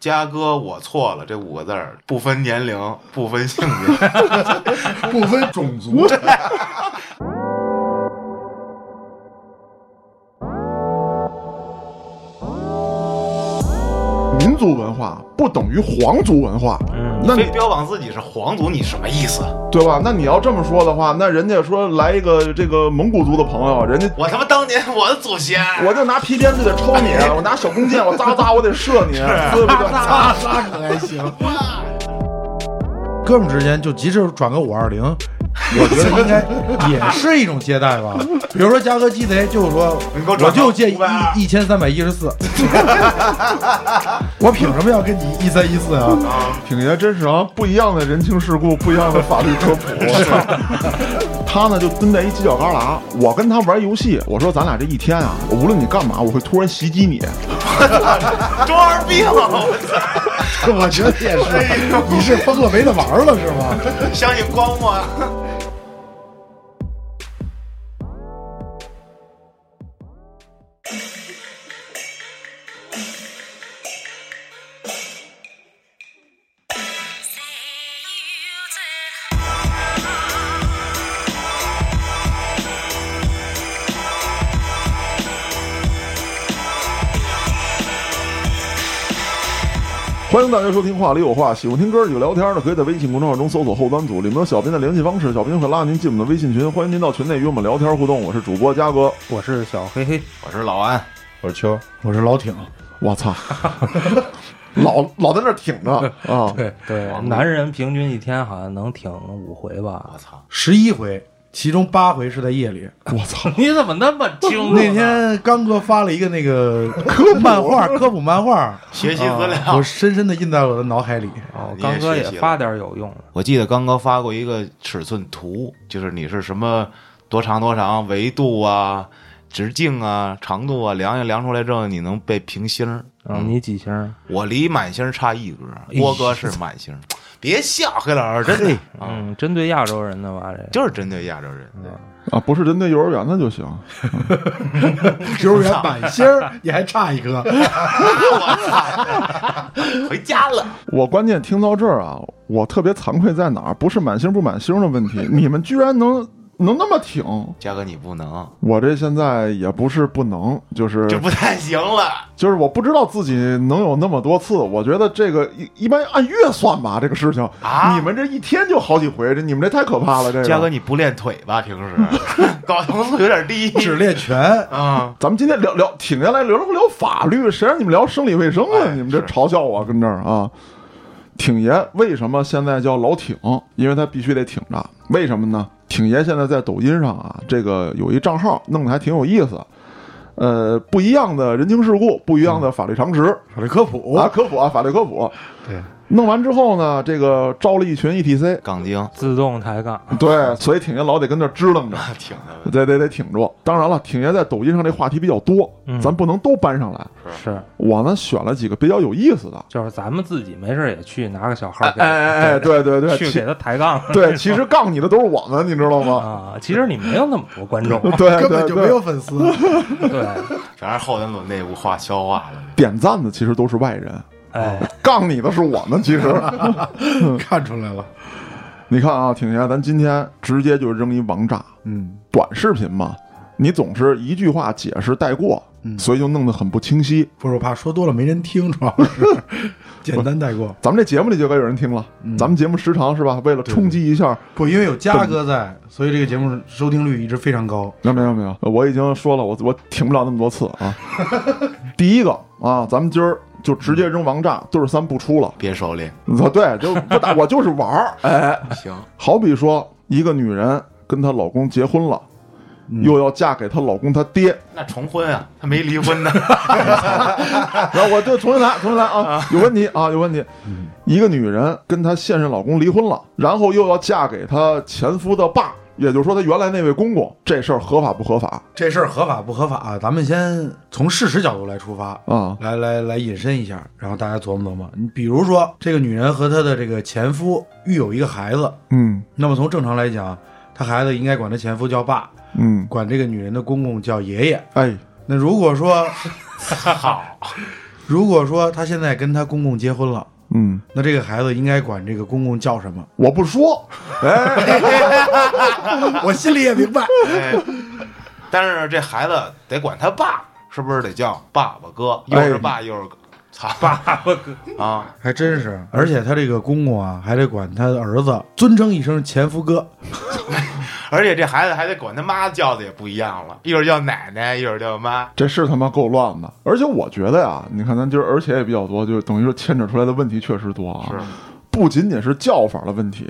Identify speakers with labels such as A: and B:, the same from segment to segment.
A: 嘉哥，我错了这五个字儿，不分年龄，不分性 别。
B: 不分种族。民族文化不等于皇族文化，
C: 嗯
B: 那
A: 非
B: 你
A: 标榜自己是皇族，你什么意思？
B: 对吧？那你要这么说的话，那人家说来一个这个蒙古族的朋友，人家
A: 我他妈当年我的祖先，
B: 我就拿皮鞭就得抽你，我拿小弓箭我扎扎我得射你，对不对？
D: 那那可还行。 哥们儿之间就即使转个五二零，我觉得应该也是一种接待吧。比如说嘉哥鸡贼，就是说
A: 你给我
D: 我
A: 转
D: 就借一
A: 520
D: 一千三百一十四，我凭什么要跟你一三一四啊？
B: 挺爷真是啊，不一样的人情世故，不一样的法律 科普。我操！他呢就蹲在一犄角旮旯，我跟他玩游戏，我说咱俩这一天啊，我无论你干嘛，我会突然袭击你。
A: 中二病了，我操！
D: 我觉得也是， 你是疯了没得玩了是吗？
A: 相信光吗？
B: 欢迎大家收听《话里有话》，喜欢听歌有聊天的，可以在微信公众号中搜索“后端组”，里面有小编的联系方式，小编会拉您进我们的微信群，欢迎您到群内与我们聊天互动。我是主播嘉哥，
C: 我是小黑黑，
A: 我是老安，
C: 我是秋，
D: 我是老挺，
B: 我 操，老老在那儿挺着啊！
C: 对，男人平均一天好像能挺五回 吧
A: 我？操！
D: 十一回，其中八回是在夜里。
B: 我操，
C: 你怎么那么精呢？
D: 那啊天刚哥发了一个那个科普漫画，科普漫画，
A: 学习资料。
D: 我深深的印在我的脑海里。
C: 哦，
A: 你也
C: 刚哥
A: 学习
C: 也
A: 了
C: 发点有用的，
A: 我记得刚刚发过一个尺寸图，就是你是什么多长多长维度啊、直径啊、长度啊，量一量出来之后，你能被平心儿。
C: 嗯，你几星？
A: 我离满星差一格，郭哥是满星。哎别笑，黑老师真的啊，
C: 嗯，针对亚洲人的吧，这个
A: 就是针对亚洲人。
B: 啊，不是针对幼儿园的就行。
D: 幼儿园满星儿，你还差一个。
A: 回家了，
B: 我关键听到这儿啊，我特别惭愧在哪儿？不是满星不满星的问 题，你们居然能能那么挺，
A: 嘉哥你不能，
B: 我这现在也不是不能，就是
A: 这不太行了。
B: 就是我不知道自己能有那么多次。我觉得这个一一般按月算吧，这个事情
A: 啊
B: 你们这一天就好几回，这你们这太可怕了。这
A: 嘉哥
B: 个，
A: 你不练腿吧？平 时睾酮素有点低
D: 只练拳，
A: 啊。
B: 咱们今天聊聊挺下来聊聊法律，谁让你们聊生理卫生了？
A: 哎
B: 你们这
A: 是
B: 嘲笑我跟这儿啊！挺爷为什么现在叫老挺？因为他必须得挺着。为什么呢？挺爷现在在抖音上啊，这个有一账号弄得还挺有意思。呃，不一样的人情世故，不一样的法律常识。
D: 法律科普
B: 啊，科普啊，法律科普。
D: 哦对，
B: 弄完之后呢，这个招了一群 ETC，
A: 杠精，
C: 自动抬杠，
B: 对，所以挺爷老得跟那儿支棱着，
A: 挺的
B: 得得得挺住。当然了，挺爷在抖音上这话题比较多，
C: 嗯
B: 咱不能都搬上来。
C: 是，
B: 我呢选了几个比较有意思的，
C: 就是咱们自己没事儿也去拿个小号
B: 哎
C: 给
B: 哎哎哎，对对对，
C: 去
B: 其
C: 给他抬杠
B: 对，其实杠你的都是我们，你知道吗？
C: 啊。其实你没有那么多观众，啊
B: 对，对
D: 根本就
B: 对
D: 没有粉丝。
C: 对，
A: 全是后端组内部话消化了。
B: 点赞的，其实都是外人，
C: 哎，
B: 杠你的是我们。其实，
D: 看出来了，
B: 你看啊，挺爷，咱今天直接就扔一王炸，
D: 嗯，
B: 短视频嘛，你总是一句话解释带过，
D: 嗯
B: 所以就弄得很不清晰。
D: 不是我怕说多了没人听，主要是简单带过。
B: 咱们这节目里就该有人听了，
D: 嗯
B: 咱们节目时长是吧？为了冲击一下，
D: 不，因为有嘉哥在，所以这个节目收听率一直非常高。
B: 没有没有没有，我已经说了，我我挺不了那么多次啊。 第一个啊，咱们今儿就直接扔王炸，对儿三不出了。
A: 别收敛，
B: 你说对，就不打，我就是玩儿。哎，
A: 行，
B: 好比说一个女人跟她老公结婚了，又要嫁给她老公她爹，
A: 那重婚啊，他没离 婚呢。
B: 然后我就重新来，重新来啊，有问题啊，有问题。一个女人跟她现任老公离婚了，然后又要嫁给她前夫的爸，也就是说她原来那位公公，这事儿合法不合法
D: 这事儿合法不合法、啊咱们先从事实角度来出发，
B: 啊？
D: 来来来引申一下，然后大家琢磨琢磨。你比如说，这个女人和她的这个前夫育有一个孩子，
B: 嗯
D: 那么从正常来讲，她孩子应该管她前夫叫爸，
B: 嗯，
D: 管这个女人的公公叫爷爷。
B: 哎，
D: 那如果说
A: 好，
D: 如果说他现在跟他公公结婚了，
B: 嗯，
D: 那这个孩子应该管这个公公叫什么？
B: 我不说，哎，
D: 我心里也明白。
A: 哎，但是这孩子得管他爸，是不是得叫爸爸哥？又
B: 哎
A: 是爸又是哥，操爸爸哥啊！
D: 还真是，而且他这个公公啊，还得管他的儿子尊称一声前夫哥。
A: 而且这孩子还得管他妈叫的也不一样了，一会儿叫奶奶，一会儿叫妈。
B: 这是他妈够乱的。而且我觉得呀，你看咱今儿而且也比较多，就是等于说牵扯出来的问题确实多啊。
A: 是，
B: 不仅仅是叫法的问题，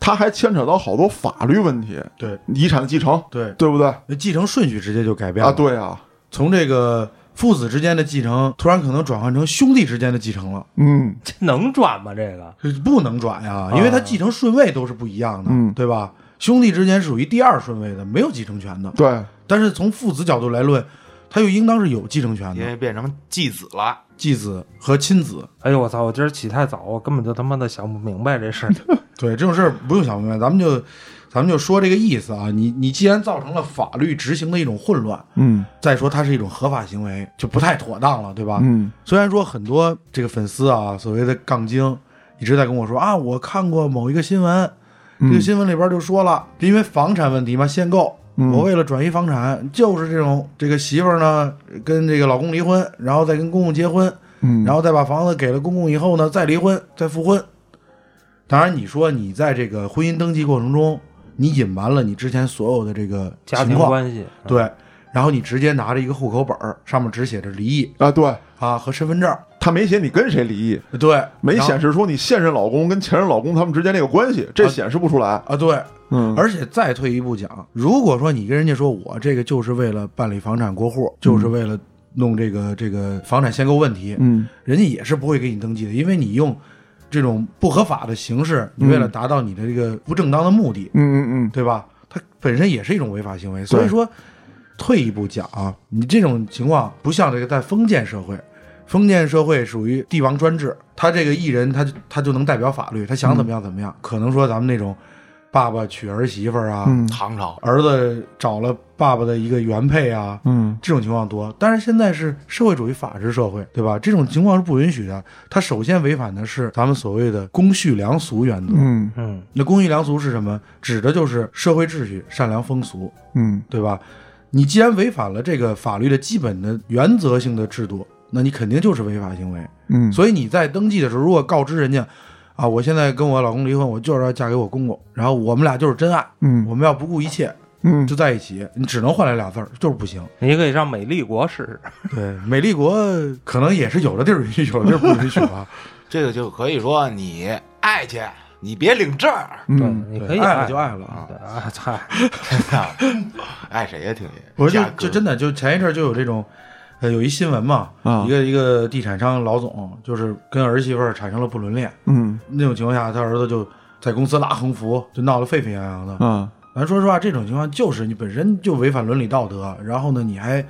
B: 它还牵扯到好多法律问题，
D: 对
B: 遗产的继承，
D: 对，
B: 对不对？
D: 那继承顺序直接就改变了。
B: 啊，，对啊，
D: 从这个父子之间的继承，突然可能转换成兄弟之间的继承了，
B: 嗯，
C: 这能转吗？这个
D: 不能转呀，因为他继承顺位都是不一样的，
B: 嗯
D: 对吧？兄弟之间属于第二顺位的，没有继承权的。
B: 对，
D: 但是从父子角度来论，他又应当是有继承权
A: 因
D: 的，
A: 为变成继子了，
D: 继子和亲子。
C: 哎呦我操！我今儿起太早，我根本就他妈的想不明白这事儿。
D: 对这种事儿不用想明白，咱们就咱们就说这个意思啊。你你既然造成了法律执行的一种混乱，
B: 嗯
D: 再说它是一种合法行为，就不太妥当了，对吧？
B: 嗯，
D: 虽然说很多这个粉丝啊，所谓的杠精，一直在跟我说啊，我看过某一个新闻，这个新闻里边就说了，因为房产问题嘛，限购。
B: 嗯
D: 我为了转移房产，就是这种这个媳妇儿呢，跟这个老公离婚，然后再跟公公结婚，
B: 嗯，
D: 然后再把房子给了公公以后呢，再离婚，再复婚。当然，你说你在这个婚姻登记过程中，你隐瞒了你之前所有的这个
C: 家
D: 情
C: 庭
D: 况，
C: 关系，
D: 对，然后你直接拿着一个户口本儿，上面只写着离异
B: 啊，对
D: 啊和身份证儿，
B: 他没写你跟谁离异，
D: 对，
B: 没
D: 然后
B: 显示说你现任老公跟前任老公他们之间这个关系，这显示不出来。
D: 啊，对，
B: 嗯，
D: 而且再退一步讲，如果说你跟人家说我这个就是为了办理房产过户，就是为了弄这个这个房产限购问题，
B: 嗯，
D: 人家也是不会给你登记的，因为你用这种不合法的形式，你
B: 嗯
D: 为了达到你的这个不正当的目的，
B: 嗯嗯
D: 对吧？它本身也是一种违法行为，所以说退一步讲啊，你这种情况不像这个在封建社会。封建社会属于帝王专制，他这个一人他就他就能代表法律，他想怎么样怎么样。可能说咱们那种爸爸娶儿媳妇儿啊，
B: 嗯
A: 唐朝
D: 儿子找了爸爸的一个原配啊，
B: 嗯
D: 这种情况多。但是现在是社会主义法治社会，对吧？这种情况是不允许的。它首先违反的是咱们所谓的公序良俗原则。
B: 嗯
C: 嗯，
D: 那公序良俗是什么？指的就是社会秩序、善良风俗，
B: 嗯
D: 对吧？你既然违反了这个法律的基本的原则性的制度，那你肯定就是违法行为。
B: 嗯，
D: 所以你在登记的时候，如果告知人家，啊，我现在跟我老公离婚，我就是要嫁给我公公，然后我们俩就是真爱，
B: 嗯
D: 我们要不顾一切，
B: 嗯
D: 就在一起，你只能换来俩字儿，就是不行。
C: 嗯你可以让美丽国试试。
D: 对，美丽国可能也是有的地儿允许，有的地儿不允许吧。
A: 这个就可以说你爱去，你别领证 儿，
C: 对，
B: 嗯
C: 你
D: 对
C: 可以
D: 爱
C: 爱
D: 了就爱了啊。
C: 对啊，操！
A: 爱哎谁呀？挺爷，
D: 我就
A: 价格
D: 就真的就前一阵儿就有这种，呃，有一新闻嘛，
B: 啊
D: 一个一个地产商老总就是跟儿媳妇儿产生了不伦恋，
B: 嗯
D: 那种情况下，他儿子就在公司拉横幅，就闹得沸沸扬扬的。
B: 啊
D: 咱说实话，这种情况就是你本身就违反伦理道德，然后呢，你还，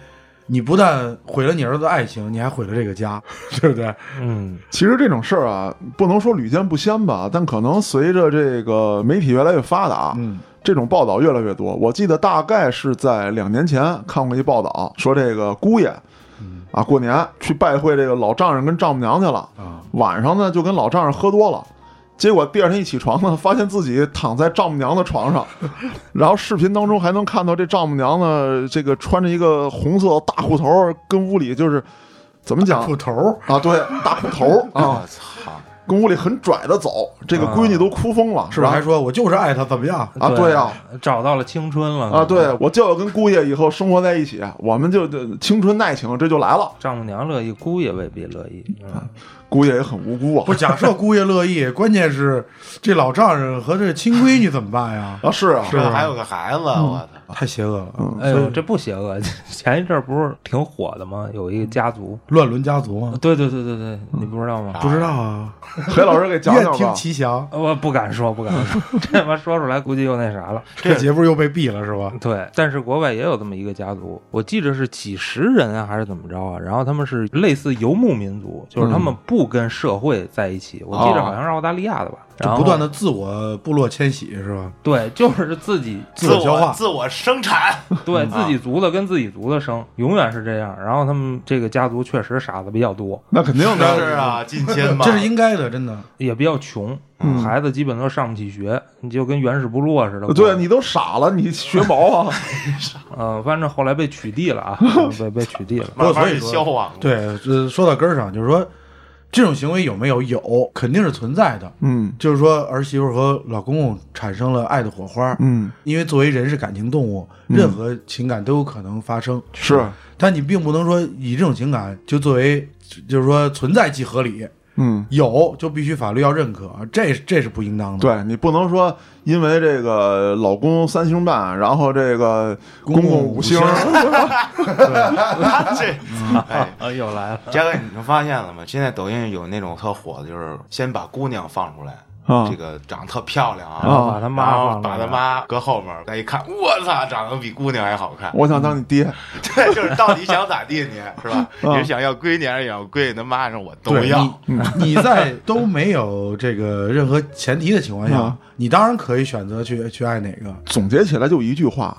D: 你不但毁了你儿子的爱情，你还毁了这个家， 对不对？
C: 嗯，
B: 其实这种事儿啊，不能说屡见不鲜吧，但可能随着这个媒体越来越发达，
D: 嗯，
B: 这种报道越来越多。我记得大概是在两年前看过一报道，说这个姑爷啊，过年去拜会这个老丈人跟丈母娘去了，
D: 啊，
B: 晚上呢就跟老丈人喝多了。结果第二天一起床呢，发现自己躺在丈母娘的床上，然后视频当中还能看到这丈母娘呢，这个穿着一个红色的大裤头，跟屋里就是怎么讲
D: 秃头儿
B: 啊？对，大裤头
A: 我，
B: 啊
A: 操！
B: 跟屋里很拽的走，这个闺女都哭疯了，
D: 是
B: 吧？
D: 吧？还说我就是爱他，怎么样？
B: 啊，对呀、
C: 找到了青春了
B: 啊，对，我就要跟姑爷以后生活在一起，我们就这青春爱情这就来了。
C: 丈母娘乐意，姑爷未必乐意。
B: 啊
C: 嗯
B: 姑爷也很无辜
D: 不
B: 啊，
D: 是，假设姑爷乐意，关键是这老丈人和这亲闺女怎么办呀？
B: 啊是啊，
A: 这还有个孩子，
D: 嗯
A: 我操！
D: 太邪恶了，
C: 哎呦，这不邪恶。 前一阵儿不是挺火的吗？有
B: 嗯
C: 一个家族，
D: 乱伦家族啊，
C: 对对对对对，你不知道
B: 嗯
C: 吗？呃
D: 不知道啊，
B: 裴老师给讲
D: 愿
B: 讲
D: 听
B: 吧。
D: 其详。
C: 我不敢说，不敢 说，这他妈说出来估计又那啥了。
D: 这节目又被毙了是吧？
C: 对，但是国外也有这么一个家族，我记着是几十人啊，还是怎么着啊？然后他们
B: 嗯哦
C: 是类似游牧民族，就是他们不跟社会在一起。我记着好像是澳大利亚的吧。然
D: 就
C: 后
D: 不断的自我部落迁徙是吧？
C: 对，就是自己
D: 自我消化
A: 自我生产。
C: 对
B: 嗯
A: 啊
C: 自己族的跟自己族的生，永远是这样。然后他们这个家族确实傻子比较多，
B: 那肯定
A: 是
B: 的，
A: 啊，近亲嘛，
D: 嗯这是应该的，真的。
C: 也比较穷，
B: 嗯
C: 孩子基本都上不起学，你就跟原始部落似的。
B: 对啊你都傻了，你学毛啊？
C: 呃，反正后来被取缔 了啊，被被取缔了。
A: 慢慢
D: 所
A: 就
D: 以说
A: 消亡了。
D: 对，呃，说到根儿上，就是说这种行为有没有？有，肯定是存在的。
B: 嗯
D: 就是说，儿媳妇和老公公产生了爱的火花，
B: 嗯，
D: 因为作为人是感情动物，任何情感都有可能发生。
B: 是，
D: 但你并不能说以这种情感就作为，就是说存在即合理，
B: 嗯，
D: 有就必须法律要认可，这这是不应当的。
B: 对你不能说因为这个老公三星半，然后这个公
D: 公
B: 公
D: 五
B: 五星，
A: 他 这，
D: 嗯
A: 哎，
C: 啊，又来了。
A: 嘉哥，你们发现了吗？现在抖音有那种特火的，就是先把姑娘放出来，
B: 啊
D: 嗯
A: 这个长得特漂亮
C: 然
A: 啊，
C: 后把他妈
A: 然后
C: 放出
A: 把
C: 来
A: 他妈搁后面，再一看，我操，长得比姑娘还好看。
B: 我想当你爹，
A: 对，就是到底想咋地你，是吧？你是想要闺女还是想要闺女？他妈让我都
D: 嗯对
A: 要。
D: 你
B: 嗯
D: 你在都没有这个任何前提的情况下
B: 啊，
D: 你当然可以选择去去爱哪个。
B: 总结起来就一句话：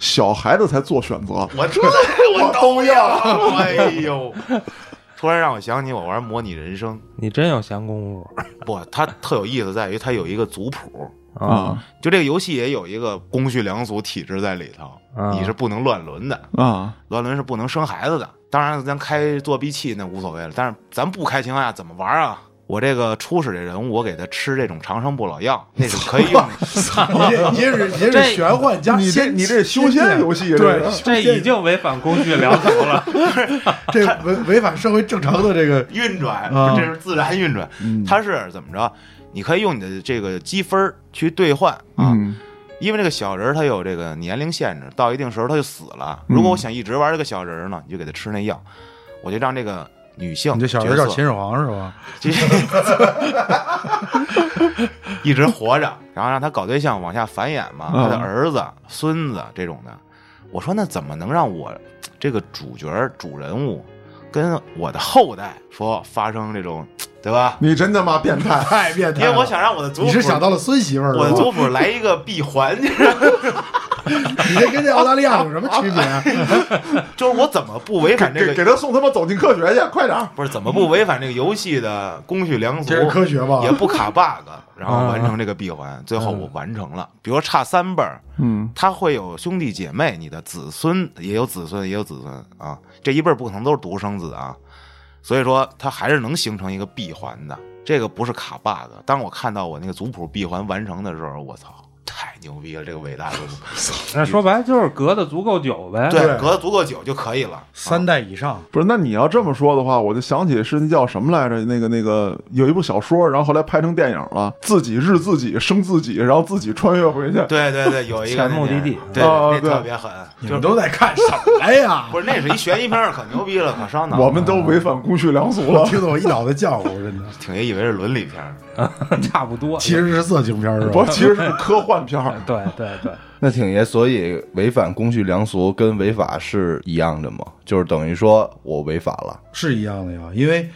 B: 小孩子才做选择。
A: 我出来我都要。哎呦，突然让我想起我玩模拟人生，
C: 你真有闲工夫
A: 不，它特有意思在于它有一个族谱。
C: 啊！
B: 啊
A: 就这个游戏也有一个公序良俗体制在里头，
D: 嗯
C: 啊
A: 你是不能乱伦的，
B: 啊，
A: 乱伦是不能生孩子的。当然，咱开作弊器那无所谓了，但是咱不开情况下怎么玩啊？我这个初始这人物，我给他吃这种长生不老药，那是可以用的。
D: 你这你这是你这
C: 这
D: 是玄幻加
B: 你这
D: 仙
B: 你这修仙游戏这
D: 对
B: 个，
C: 这已经违反公序良俗了。
D: 这违违反社会正常的这个
A: 运转，
D: 啊
A: 这是自然运转。
E: 嗯
A: 它是怎么着？你可以用你的这个积分儿去兑换啊，
B: 嗯
A: 因为这个小人儿他有这个年龄限制，到一定时候他就死了。
D: 嗯
A: 如果我想一直玩这个小人儿呢，你就给他吃那药，我就让这个女性
D: 你这小人
A: 角
D: 叫
A: 色
D: 秦始皇是吧？
A: 这 一直活着，然后让他搞对象往下繁衍嘛，他的
B: 嗯
A: 儿子、孙子这种的。我说那怎么能让我这个主角儿、主人物跟我的后代说发生这种，对吧？
B: 你真他妈变态！
D: 太变
A: 因
D: 态了！
A: 为我想让我的族谱，
D: 你是想到了孙媳妇儿是吧，
A: 我的族谱来一个闭环，
D: 你这跟这澳大利亚有什么区别啊？
A: 就是我怎么不违反这
B: 给给
A: 个，
B: 他送他妈走进科学去，快点儿！
A: 不是怎么不违反这个游戏的公序良俗
D: 这，是科学啊嗯吧
A: 也？不卡 bug，然后完成这个闭环，最后我
D: 嗯
A: 完成了。比如差三辈儿，
B: 嗯
A: 他会有兄弟姐妹，你的子孙也有子孙，也有子孙啊，这一辈儿不可能都是独生子啊，所以说它还是能形成一个闭环的，这个不是卡 bug。当我看到我那个族谱闭环完成的时候，我操！太牛逼了，这个伟大的族谱，
C: 那说白了就是隔的足够久呗。
A: 对，
D: 对
A: 隔得足够久就可以了。
D: 三代以上，
B: 不是，那你要这么说的话，我就想起是那叫什么来着？那个那个有一部小说，然后后来拍成电影了，自己日自己生自己，然后自己穿越回去。
E: 啊
A: 对对对，有一个
C: 前目的地
A: 对，
B: 哦
A: 那
B: 对
A: 特别狠，
D: 你
A: 就
D: 们
A: 是
D: 都在看什么呀？
A: 不是那是一悬疑片儿，可牛逼了，可烧脑了。
B: 我们都违反公序良俗
D: 我
B: 了。
E: 啊
D: 听得我一脑袋浆糊，真的。
A: 挺爷以为是伦理片儿，
C: 差不多。
D: 其实是色情片儿是
B: 不
D: 吧，？
B: 其实是科幻片儿。
C: 对对对，
E: 那挺爷，所以违反公序良俗跟违法是一样的吗？就是等于说我违法了
D: 是一样的呀，因为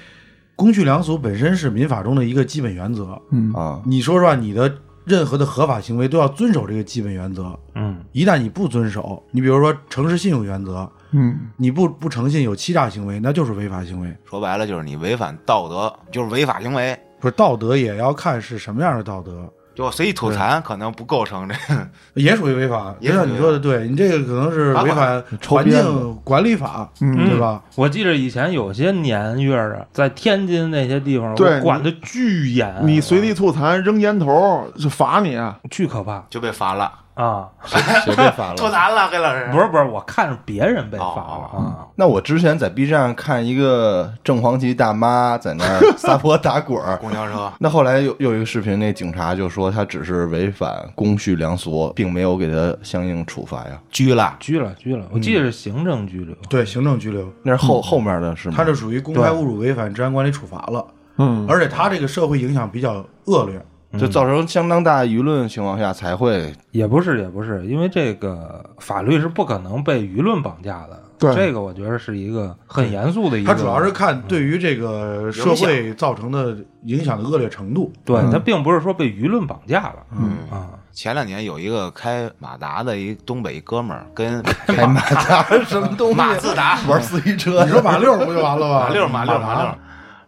D: 公序良俗本身是民法中的一个基本原则。
E: 啊？
D: 你说实话，你的任何的合法行为都要遵守这个基本原则。
C: 嗯，
D: 一旦你不遵守，你比如说诚实信用原则，
B: 嗯，
D: 你不不诚信有欺诈行为，那就是违法行为。
A: 说白了就是你违反道德，就是违法行为。
D: 不是道德也要看是什么样的道德，
A: 就随意吐痰可能不构成这个，
D: 也属于违法。
A: 也
D: 就
A: 属于
D: 像你说的，对你这个可能是
A: 罚
D: 违
A: 款
D: 反
E: 抽
D: 环
E: 鞭子
D: 境管理法，
B: 嗯
D: 对吧？
C: 我记得以前有些年月儿，在天津那些地方，
B: 对
C: 我管的巨
D: 哎
C: 严，啊
B: 你随地吐痰、扔烟头就罚你。啊
C: 巨可怕
A: 就被罚了，
C: 啊！
E: 谁被罚
A: 吐
E: 了？
A: 痰了，黑老师
C: 不是不是，我看着别人被罚了
A: 哦
C: 啊。
E: 那我之前在 B 站看一个正黄旗大妈在那儿撒泼打滚儿，
A: 公交车，
E: 那后来又又有一个视频，那警察就说他只是违反公序良俗，并没有给他相应处罚呀。
A: 拘了。
C: 拘了拘了，我嗯记得是行政拘留。
D: 对，行政拘留，
E: 那是
A: 嗯
E: 后、后面的是吗？
D: 它这属于公开侮辱、违反治安管理处罚了。
B: 嗯，
D: 而且它这个社会影响比较恶劣，
A: 嗯
E: 就造成相当大舆论情况下才会
C: 也不是，也不是，因为这个法律是不可能被舆论绑架的。
B: 对
C: 这个我觉得是一个很严肃的一个。
D: 他主要是看对于这
A: 嗯
D: 个社会造成的影响的恶劣程度。
C: 对他并不是说被舆论绑架了，嗯啊，
A: 前两年有一个开马达的一东北一哥们儿跟
E: 开马达什么东西？
A: 马自达
B: 嗯
E: 玩自行车
D: 你，说马六不就完了吗？
A: 马六马六马
D: 达
A: 六，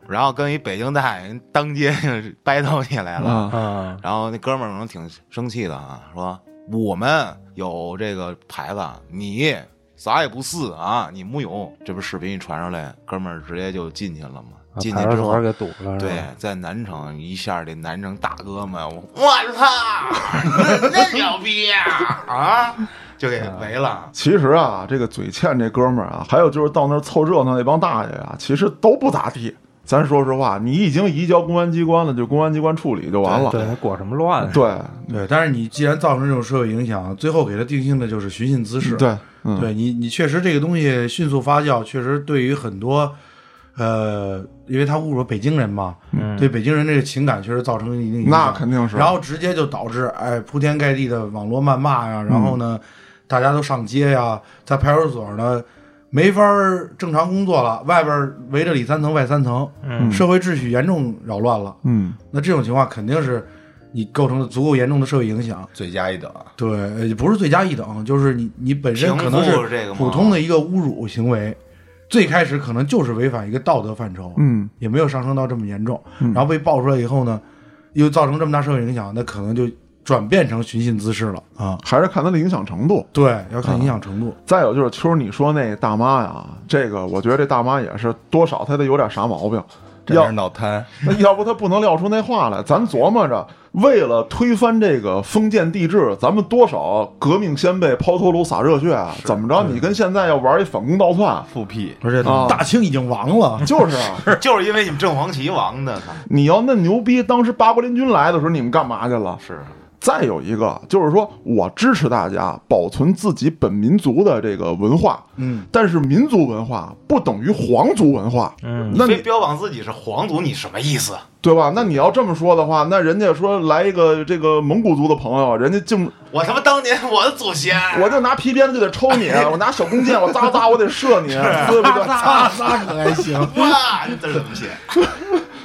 A: 然后跟一北京大爷当街 掰斗起来
D: 嗯
E: 嗯
A: 了。
B: 啊，
C: 啊，
A: 然后那哥们儿可能挺生气的啊，说我们有这个牌子，你啥也不是啊，你木有。这不是视频一传出来，哥们儿直接就进去了嘛。
E: 啊
A: 进去
C: 派
A: 之
C: 出所
A: 后，
C: 给堵了，是
A: 对
C: 吧，
A: 在南城一下，这南城大哥们，我我操，真牛逼啊！啊，就给围了。
B: 其实啊，这个嘴欠这哥们儿啊，还有就是到那儿凑热闹那帮大爷啊，其实都不咋地。咱说实话，你已经移交公安机关了，就公安机关处理就完了。
C: 对，他裹什么乱？啊
B: 对
D: 对，但是你既然造成这种社会影响，最后给他定性的就是寻衅滋事。
B: 对，嗯，
D: 对你，你确实这个东西迅速发酵，确实对于很多，呃，因为他侮辱北京人嘛，
C: 嗯
A: 嗯
D: 对北京人这个情感确实造成一定影响
B: 那肯定是
D: 然后直接就导致哎铺天盖地的网络谩骂呀，然后呢，大家都上街呀，在派出所呢没法儿正常工作了，外边儿围着里三层外三层，
C: 嗯
D: 社会秩序严重扰乱了，
B: 嗯，
D: 那这种情况肯定是你构成了足够严重的社会影响，
E: 罪加一等啊。
D: 对，呃不是罪加一等，就是你你本身
A: 平
D: 可能
A: 复
D: 是
A: 这个嘛
D: 普通的一个侮辱行为，最开始可能就是违反一个道德范畴，
B: 嗯，
D: 也没有上升到这么严重，然后被爆出来以后呢，又造成这么大社会影响，那可能就转变成寻衅滋事了啊。
B: 还是看他的影响程度。
D: 对，要看影响程度，
B: 再有就是秋儿你说那大妈呀，这个我觉得这大妈也是多少她得有点啥毛病，
E: 沾
B: 要
E: 点脑瘫，
B: 那要不她不能撂出那话来。咱琢磨着，为了推翻这个封建帝制，咱们多少革命先辈抛头颅洒热血啊？怎么着？你跟现在要玩一反攻倒算，
E: 复辟，
D: 而且
B: 啊
D: 大清已经亡了，
B: 就是啊，
A: 就是因为你们正黄旗亡的，操
B: 你要那牛逼，当时八国联军来的时候，你们干嘛去了？
A: 是啊
B: 再有一个就是说，我支持大家保存自己本民族的这个文化，
D: 嗯，
B: 但是民族文化不等于皇族文化，
C: 嗯，
B: 那
A: 非
B: 你
A: 标榜自己是皇族，你什么意思？
B: 对吧？那你要这么说的话，那人家说来一个这个蒙古族的朋友，人家竟
A: 我他妈当年我的祖先，
B: 我就拿皮鞭子就得抽 你，我拿小弓箭我扎扎我得射你，对不对？
D: 那那可还行。
A: 哇，这是怎么写？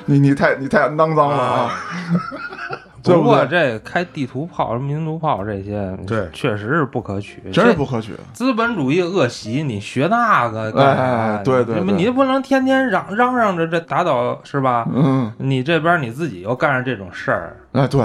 B: 你你太你太肮脏了啊！ 对
C: 不
B: 不
C: 过
B: 对？
C: 这开地图炮、民族炮这些，
D: 对
C: 确实是不可取，
B: 真是
C: 这
B: 不可取。啊
C: 资本主义恶习，你学那个干啥呀，
B: 哎对对
C: 你
B: 对
C: 你不能天天嚷嚷嚷着这打倒是吧？
B: 嗯，
C: 你这边你自己又干上这种事儿，嗯
B: 哎，对，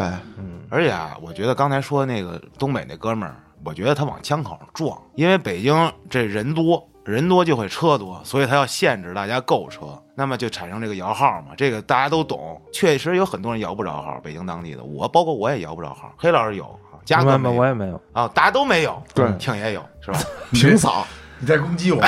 A: 而且啊，我觉得刚才说那个东北那哥们儿，我觉得他往枪口上撞，因为北京这人多，人多就会车多，所以他要限制大家购车，那么就产生这个摇号嘛。这个大家都懂，确实有很多人摇不着号，北京当地的我，包括我也摇不着号。黑老师有，啊嘉哥
C: 明白
A: 没
C: 吗？
A: 有
C: 我也没有。
A: 啊，大家都没有，嗯
B: 对
A: 挺也有是 吧？
B: 平嫂，
D: 你在攻击 我，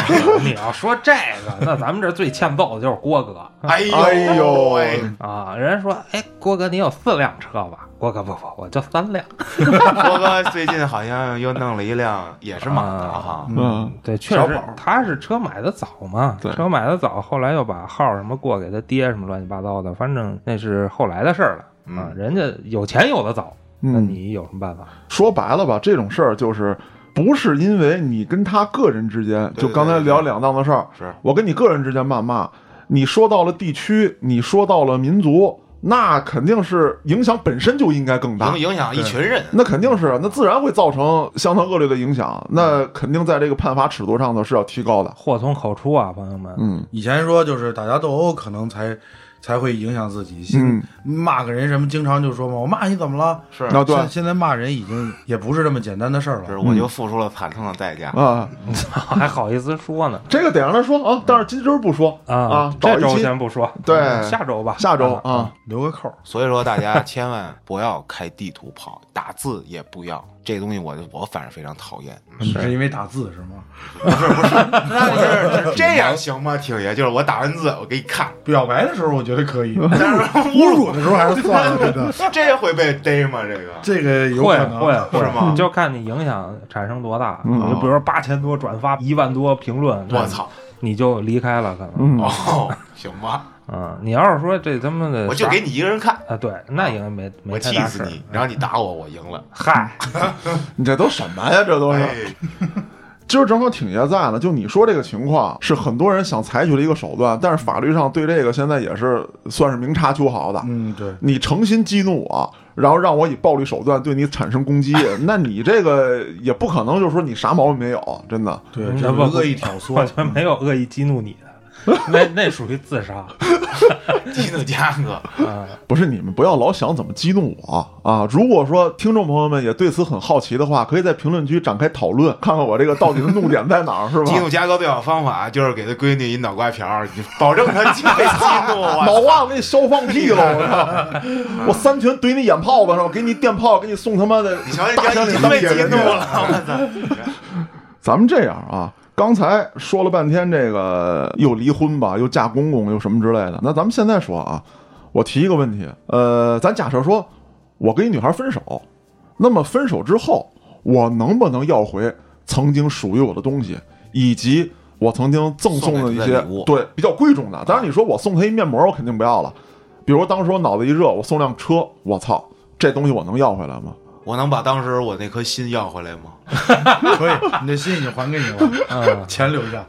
C: 你要说这个，那咱们这最欠揍的就是郭哥
A: 哎呦
B: 哎呦
A: 喂
C: 啊！人家说，哎，郭哥你有四辆车吧？郭哥不不，我就三辆。
A: 郭哥最近好像又弄了一辆，也是马达哈。
D: 啊
B: 嗯，
C: 对，确
D: 小
C: 实
D: 宝
C: 他是车买的早嘛
B: 对，
C: 车买的早，后来又把号什么过给他爹什么乱七八糟的，反正那是后来的事儿了。啊，人家有钱有的早，那
B: 嗯
C: 你有什么办法？
B: 说白了吧，这种事儿就是不是因为你跟他个人之间，
A: 对
B: 就刚才
A: 对对
B: 聊两档子事儿，
A: 是
B: 我跟你个人之间谩骂，你说到了地区，你说到了民族，那肯定是影响本身就应该更大
A: 影。影响一群人，
B: 那肯定是，那自然会造成相当恶劣的影响。那肯定在这个判罚尺度上头是要提高的。
C: 祸从口出啊，朋友们。
B: 嗯，
D: 以前说就是打架斗殴可能才才会影响自己，现
B: 嗯
D: 骂个人什么，经常就说嘛，我骂你怎么了？
A: 是
B: 啊对
D: 现现在骂人已经 也不是这么简单的事儿
A: 是，
D: 了。
A: 我就付出了惨痛的代价。
B: 啊，
C: 还好意思说呢？
B: 这个得让他说啊，但是今儿不说啊，找
C: 这
B: 一
C: 周
B: 期
C: 先不说，嗯
B: 对
C: 下周吧，
B: 下周
C: 啊，
B: 啊，
D: 留个扣儿，
A: 所以说，大家千万不要开地图炮，打字也不要。这东西我我反正非常讨 厌。
D: 你是因为打字是吗？
A: 不是不是，那是这样行吗？挺爷，就是我打完字，我给你 看，
D: 表白的时候我觉得可 以，
A: 但是
D: 侮辱的时候还是算了，真的。
A: 这会被逮吗？这 个
D: 这个有
C: 会
D: 可能
C: 会会
A: 是吗
C: 就看你影响产生多大。你就比如说八千多转发，一万多评论，
A: 我操，
C: 你就离开了可能。
B: 嗯，
A: 哦，行吧，
C: 啊，你要是说这他妈 的，
A: 我就给你一个人看，
C: 啊，对，那应该没没
A: 我
C: 太
A: 气
C: 大事
A: 死
C: 儿。
A: 你，然后你打我，我赢了。
C: 嗨，
B: 你这都什么呀？这都是。
A: 哎，
B: 今儿正好挺爷在呢，就你说这个情况是很多人想采取的一个手段，但是法律上对这个现在也是算是明察秋毫的。
D: 嗯，对，
B: 你诚心激怒我，然后让我以暴力手段对你产生攻击，那你这个也不可能就是说你啥毛病没有，真的。
D: 对，
C: 嗯
D: 这
C: 那不
D: 是恶意挑
C: 我
D: 唆
C: 觉，得 没有恶意激怒你的，那那属于自杀。
A: 基努加哥，
C: 啊，
B: 不是你们不要老想怎么激怒我啊！如果说听众朋友们也对此很好奇的话，可以在评论区展开讨论，看看我这个到底的怒点在哪儿，是吧？
A: 基努加哥最好方法就是给他闺女一脑瓜瓢儿，你保证他就被激怒 啊！
B: 脑瓜子给你削放屁了！我操！我三拳怼你眼泡子上，我给你电炮，给你送他妈的
A: 你瞧人
B: 大
A: 家
B: 枪
A: 已
B: 岭
A: 经
B: 当
A: 被
B: 野
A: 激
B: 人
A: 怒
B: 去！
A: 了，我操！
B: 咱们这样啊，刚才说了半天这个又离婚吧，又嫁公公，又什么之类的。那咱们现在说啊，我提一个问题，呃，咱假设说我跟一女孩分手，那么分手之后，我能不能要回曾经属于我的东西，以及我曾经赠送的
A: 送
B: 一
A: 给她
B: 些
A: 的礼物
B: 对比较贵重的？当然，你说我送她一面膜，我肯定不要了。比如当时我脑子一热，我送辆车，我操，这东西我能要回来吗？
A: 我能把当时我那颗心要回来吗？
D: 可以，你的心已经还给你 了，钱留下。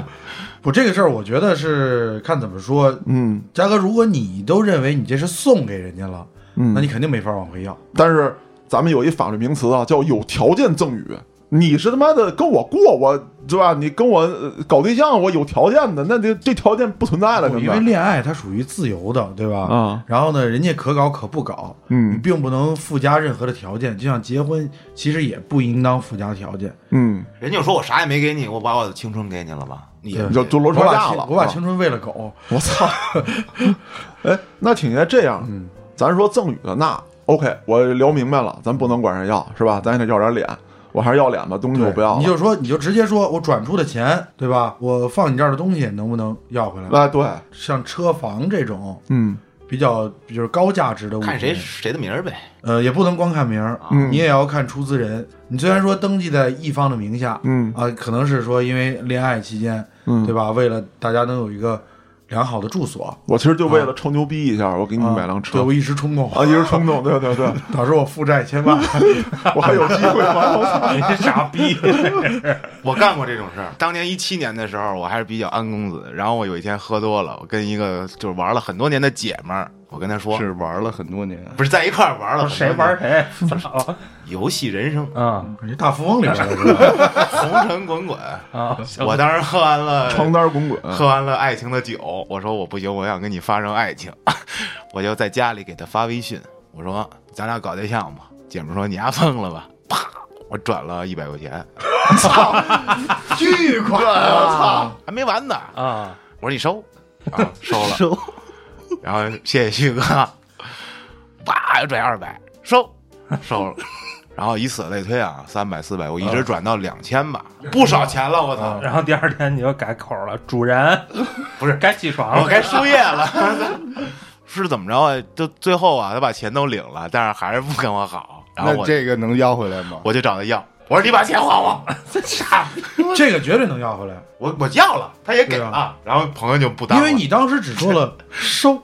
D: 不，这个事儿我觉得是看怎么说。
B: 嗯
D: 嘉哥，如果你都认为你这是送给人家了，
B: 嗯，
D: 那你肯定没法往回要。
B: 但是咱们有一法律名词啊，叫有条件赠与。你是他妈的跟我过，我对吧？你跟我呃搞对象，我有条件的，那这这条件不存在了，
D: 不
B: 现
D: 因为
B: 在
D: 恋爱它属于自由的，对吧？
B: 啊
D: 然后呢，人家可搞可不搞，
B: 嗯
D: 你并不能附加任何的条件。就像结婚，其实也不应当附加条件。
B: 嗯，
A: 人家说我啥也没给你，我把我的青春给你了吧？你
D: 对
B: 你就就
D: 我
B: 轮吵
D: 把
B: 架
D: 青
B: 了。
D: 我把
B: 啊
D: 青春喂了狗，
B: 我操！ 哎，那挺爷这样，
D: 嗯
B: 咱说赠与的那 OK，我聊明白了，咱不能管人要是吧？咱也得要点脸，我还是要脸吧，东西我
D: 对
B: 不要了。
D: 嗯你就说，你就直接说我转出的钱，对吧？我放你这儿的东西能不能要回来？
B: 哎，对，
D: 像车房这种
B: 嗯
D: 比较就是高价值的物品，
A: 看谁谁的名儿呗。
D: 呃，也不能光看名儿，
B: 嗯
D: 你也要看出资人。你虽然说登记在一方的名下，
B: 嗯
D: 啊，可能是说因为恋爱期间，
B: 嗯
D: 对吧？为了大家能有一个良好的住所，
B: 我其实就为了臭牛逼一下，我给你
D: 啊
B: 买辆车
D: 对我一时冲动
B: 啊，一时冲动，对对对，
D: 导致我负债千 万。
B: 我还有机会吗？我操！
C: 你这傻逼！
A: 我干过这种事儿。当年一七年的时候，我还是比较安公子。然后我有一天喝多了，我跟一个就是玩了很多年的姐们儿，我跟她说，
E: 是玩了很多年，
A: 不是在一块儿玩了？
C: 谁玩？谁？
A: 游戏人生，
C: 啊
D: 感觉大富翁里边了，是 吧？
A: 红尘滚滚。
C: 啊！行
A: 我当时喝完 了，
B: 床单滚滚。
A: 喝完了爱情的酒，我说我不行，我想跟你发生爱情， 我就在家里给她发微信，我说咱俩搞对象吧。姐们儿说你丫疯了吧？啪，我转了一百块钱，
D: 巨款，我操！
A: 还没完呢。
C: 啊！
A: 我说你收， 然后收了，收，然后谢谢旭哥，叭又转二百，收，收了，然后以此类推啊，三百四百，我一
D: 嗯
A: 直转到两千吧，不少钱了，我操，
C: 然后第二天你又改口了， 主人
A: 啊不是
C: 该起床
A: 我
C: 了。
A: 该 输液了， 是怎么着啊？就最后啊，他把钱都领了，但是还是不跟我好，然后
E: 那
A: 我
E: 这个能要回来吗？
A: 我就找他要，我说你把钱还我，
D: 这个绝对能要回来，
A: 我我要了，他也给
D: 对
A: 了，然后朋友就不搭，
D: 因为你当时只说 了收，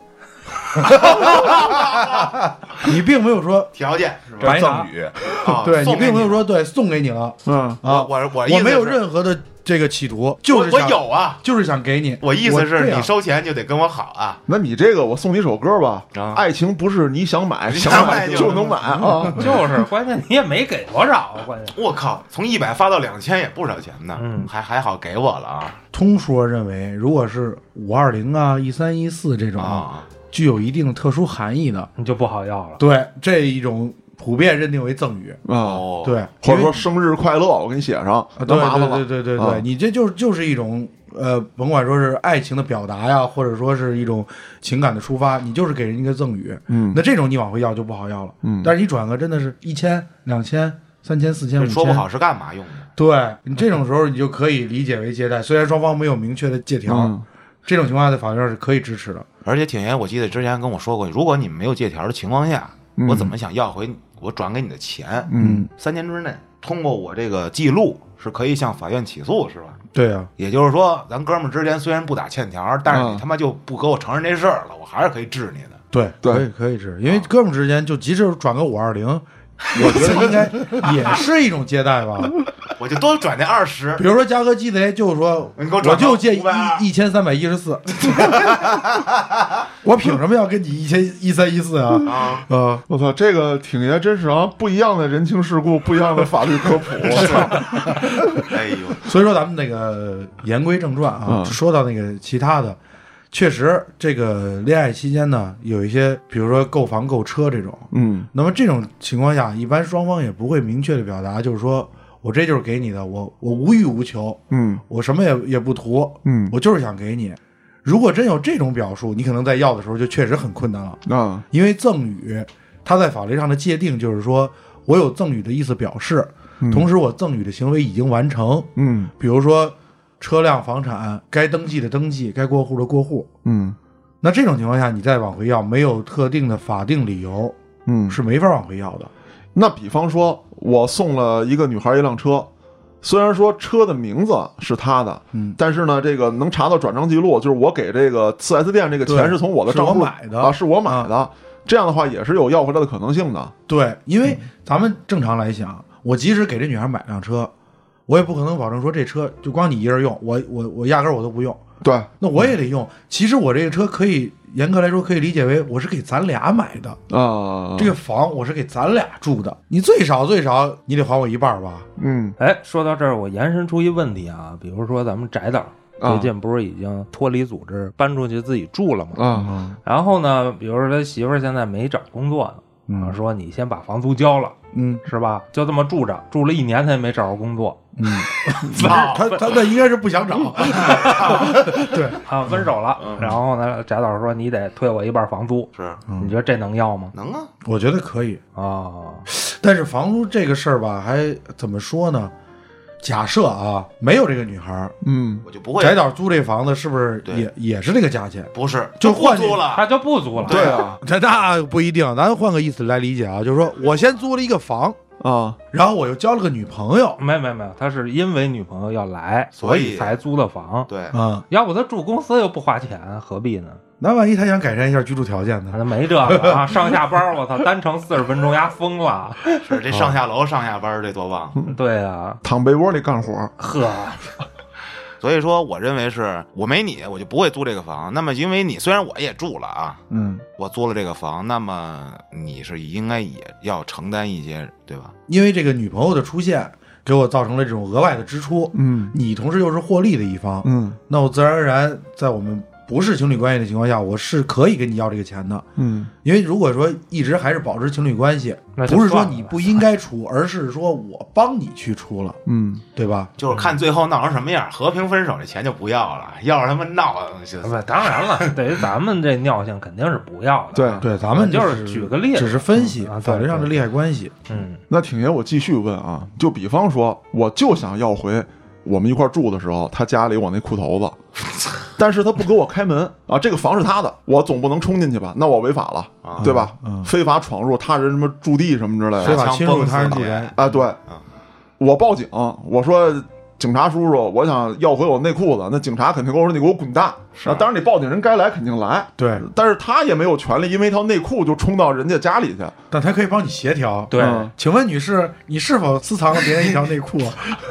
D: 你并没有说，
A: 条件是吧？
D: 白拿
E: 赠与
A: 啊
D: 对你
A: 送给
D: 并没有
A: 了
D: 说对送给你了
B: 嗯，
D: 啊。
A: 我我我意
D: 我
A: 思
D: 没有
A: 是
D: 任何的这个企图，就是
A: 我我
D: 想
A: 有啊。
D: 就是想给你。
A: 我意思是
D: 对啊
A: 你收钱就得跟我好啊，
B: 那你这个我送你一首歌吧，
A: 啊
B: 爱情不是你想买
A: 你
B: 想
A: 想
B: 买
A: 买就
B: 就能
A: 能
B: 买啊！
C: 就是，关键你也没给多少啊，关键。
A: 我靠，从一百发到两千也不少钱呢，
C: 嗯
A: 还还好给我了啊
D: 通说认为，如果是五二零啊、一三一四这种
A: 啊，
D: 具有一定特殊含义的，
C: 你就不好要了。
D: 对这一种普遍认定为赠与，
B: 啊，
A: 哦，
D: 对，
B: 或者
D: 因为
B: 说生日快乐，我给你写上
D: 啊，
B: 那
D: 对
B: 麻烦
D: 对对
B: 了。
D: 对对
B: 啊
D: 对，你这就是就是一种呃，甭管说是爱情的表达呀，或者说是一种情感的抒发，你就是给人一个赠与，
B: 嗯
D: 那这种你往回要就不好要了，
B: 嗯
D: 但是你转个真的是一千、两千、三千、四千、五
A: 这
D: 千，
A: 说不好是干嘛用的？
D: 对你这种时候，你就可以理解为借贷，虽然双方没有明确的借条，
B: 嗯
D: 这种情况下在法律上是可以支持的。
A: 而且挺爷，我记得之前跟我说过，如果你们没有借条的情况下，我怎么想要回我转给你的钱？
B: 嗯，
A: 三年之内通过我这个记录是可以向法院起诉，是吧？
D: 对啊，
A: 也就是说，咱哥们儿之间虽然不打欠条，但是
B: 嗯
A: 你他妈就不给我承认这事儿了，我还是可以治你的。
D: 对，
B: 对
D: 可以可以支持，因为哥们儿之间就即使转个五二零，我觉得应该也是一种借贷吧。
A: 我就多转那二十
D: 比。如说嘉哥鸡贼，就是说，
A: 你给我
D: 我
A: 转到
D: 就借
A: 520
D: 一一千三百一十四，我凭什么要跟你一千一三一四啊？
A: 啊，
D: 啊，
B: 我操，这个挺爷真是啊，不一样的人情世故，不一样的法律科普。我 操，
A: 哎呦，
D: 所以说咱们那个言归正传啊，
B: 嗯
D: 说到那个其他的，确实这个恋爱期间呢，有一些，比如说购房、购车这种，
B: 嗯
D: 那么这种情况下，一般双方也不会明确的表达，就是说我这就是给你的，我我无欲无求，
B: 嗯
D: 我什么也也不图，
B: 嗯
D: 我就是想给你。如果真有这种表述，你可能在要的时候就确实很困难了，
B: 啊
D: 因为赠与它在法律上的界定就是说我有赠与的意思表示，同时我赠与的行为已经完成，
B: 嗯
D: 比如说车辆、房产，该登记的登记，该过户的过户。
B: 嗯
D: 那这种情况下，你再往回要，没有特定的法定理由，
B: 嗯，
D: 是没法往回要的。
B: 那比方说，我送了一个女孩一辆车，虽然说车的名字是她的，
D: 嗯
B: 但是呢，这个能查到转账记录，就是我给这个四 S 店这个钱
D: 对
B: 是从我的账户
D: 是我买的
B: 啊，是我买的。这样的话也是有要回来的可能性的。
D: 对，因为咱们正常来讲，我即使给这女孩买辆车，我也不可能保证说这车就光你一人用，我我我压根儿我都不用，
B: 对，
D: 那我也得用。其实我这个车可以严格来说可以理解为我是给咱俩买的，
B: 啊，
A: 嗯
D: 这个房我是给咱俩住的，你最少最少你得还我一半儿吧？
B: 嗯
C: 哎，说到这儿，我延伸出一问题啊，比如说咱们翟导
B: 啊
C: 最近不是已经脱离组织搬出去自己住了吗？
B: 啊
C: 然后呢，比如说他媳妇儿现在没找工作呢，啊说你先把房租交了，
D: 嗯
C: 是吧？就这么住着，住了一年他也没找着工作
D: 嗯，
A: 啊
D: 他他那应该是 不想找，对，
C: 啊，分手了。然后呢，翟导说你得退我一半房租，
A: 是
C: 你觉得这能要吗？
A: 能啊，
D: 我觉得可以。
C: 啊，
D: 但是房租这个事儿吧，还怎么说呢？假设啊，没有这个女孩儿，
B: 嗯
A: 我就不会
D: 翟导租这房子是不是
A: 对
D: 也也是这个价钱？
A: 不是
D: 就
A: 不
D: 换
A: 租
D: 你
A: 了，
C: 他就不租了。
A: 对啊，
D: 那那不一定，咱换个意思来理解啊，就是说我先租了一个房，
B: 啊
D: 然后我又交了个女朋友，
C: 没没没，他是因为女朋友要来，
A: 所
C: 所
A: 以
C: 以才租的房。
A: 对，
D: 嗯，
C: 要不他住公司又不花钱，何必呢？
D: 那万一他想改善一下居住条件呢？
C: 他没这个啊， 上下班儿我操，单程四十分钟，丫疯了。
A: 是这上下楼上下班儿这多棒。
C: 对啊，
B: 躺被窝里干活，
C: 呵，
A: 所以说，我认为是我没你，我就不会租这个房。那么，因为你虽然我也住了啊，
B: 嗯
A: 我租了这个房，那么你是应该也要承担一些，对吧？
D: 因为这个女朋友的出现，给我造成了这种额外的支出，
B: 嗯
D: 你同时又是获利的一方，
B: 嗯
D: 那我自然而然在我们不是情侣关系的情况下，我是可以跟你要这个钱的。
B: 嗯
D: 因为如果说一直还是保持情侣关系，
C: 那就
D: 不是说
C: 算了
D: 你不应该出，而是说我帮你去出了，
B: 嗯，
D: 对吧？
A: 就是看最后闹成什么样，和平分手这钱就不要了，要是他们闹就
C: 不，当然了，对于咱们这尿性肯定是不要的
B: 对
C: 啊。
D: 对，咱们
C: 就
D: 就是
C: 是举个例子
D: 只是分析
C: 嗯啊对
D: 法律上的利害关系。
C: 嗯，
B: 那挺爷，我继续问啊，就比方说，我就想要回我们一块儿住的时候，他家里我那裤头子，但是他不给我开门啊，这个房是他的，我总不能冲进去吧？那我违法了，
A: 啊
B: 对吧？
D: 嗯
B: 非法闯入他人什么驻地什么之类
D: 非
B: 的
D: 法侵入他人地
A: 雷
D: 雷，
B: 啊，对，我报警，我说警察叔叔，我想要回我内裤子，那警察肯定跟我说你给我滚蛋。啊，当然你报警人该来肯定来，
D: 对，
B: 但是他也没有权利因为一条内裤就冲到人家家里去。
D: 但他可以帮你协调。
C: 对，
B: 嗯
D: 请问女士，你是否私藏了别人一条内裤？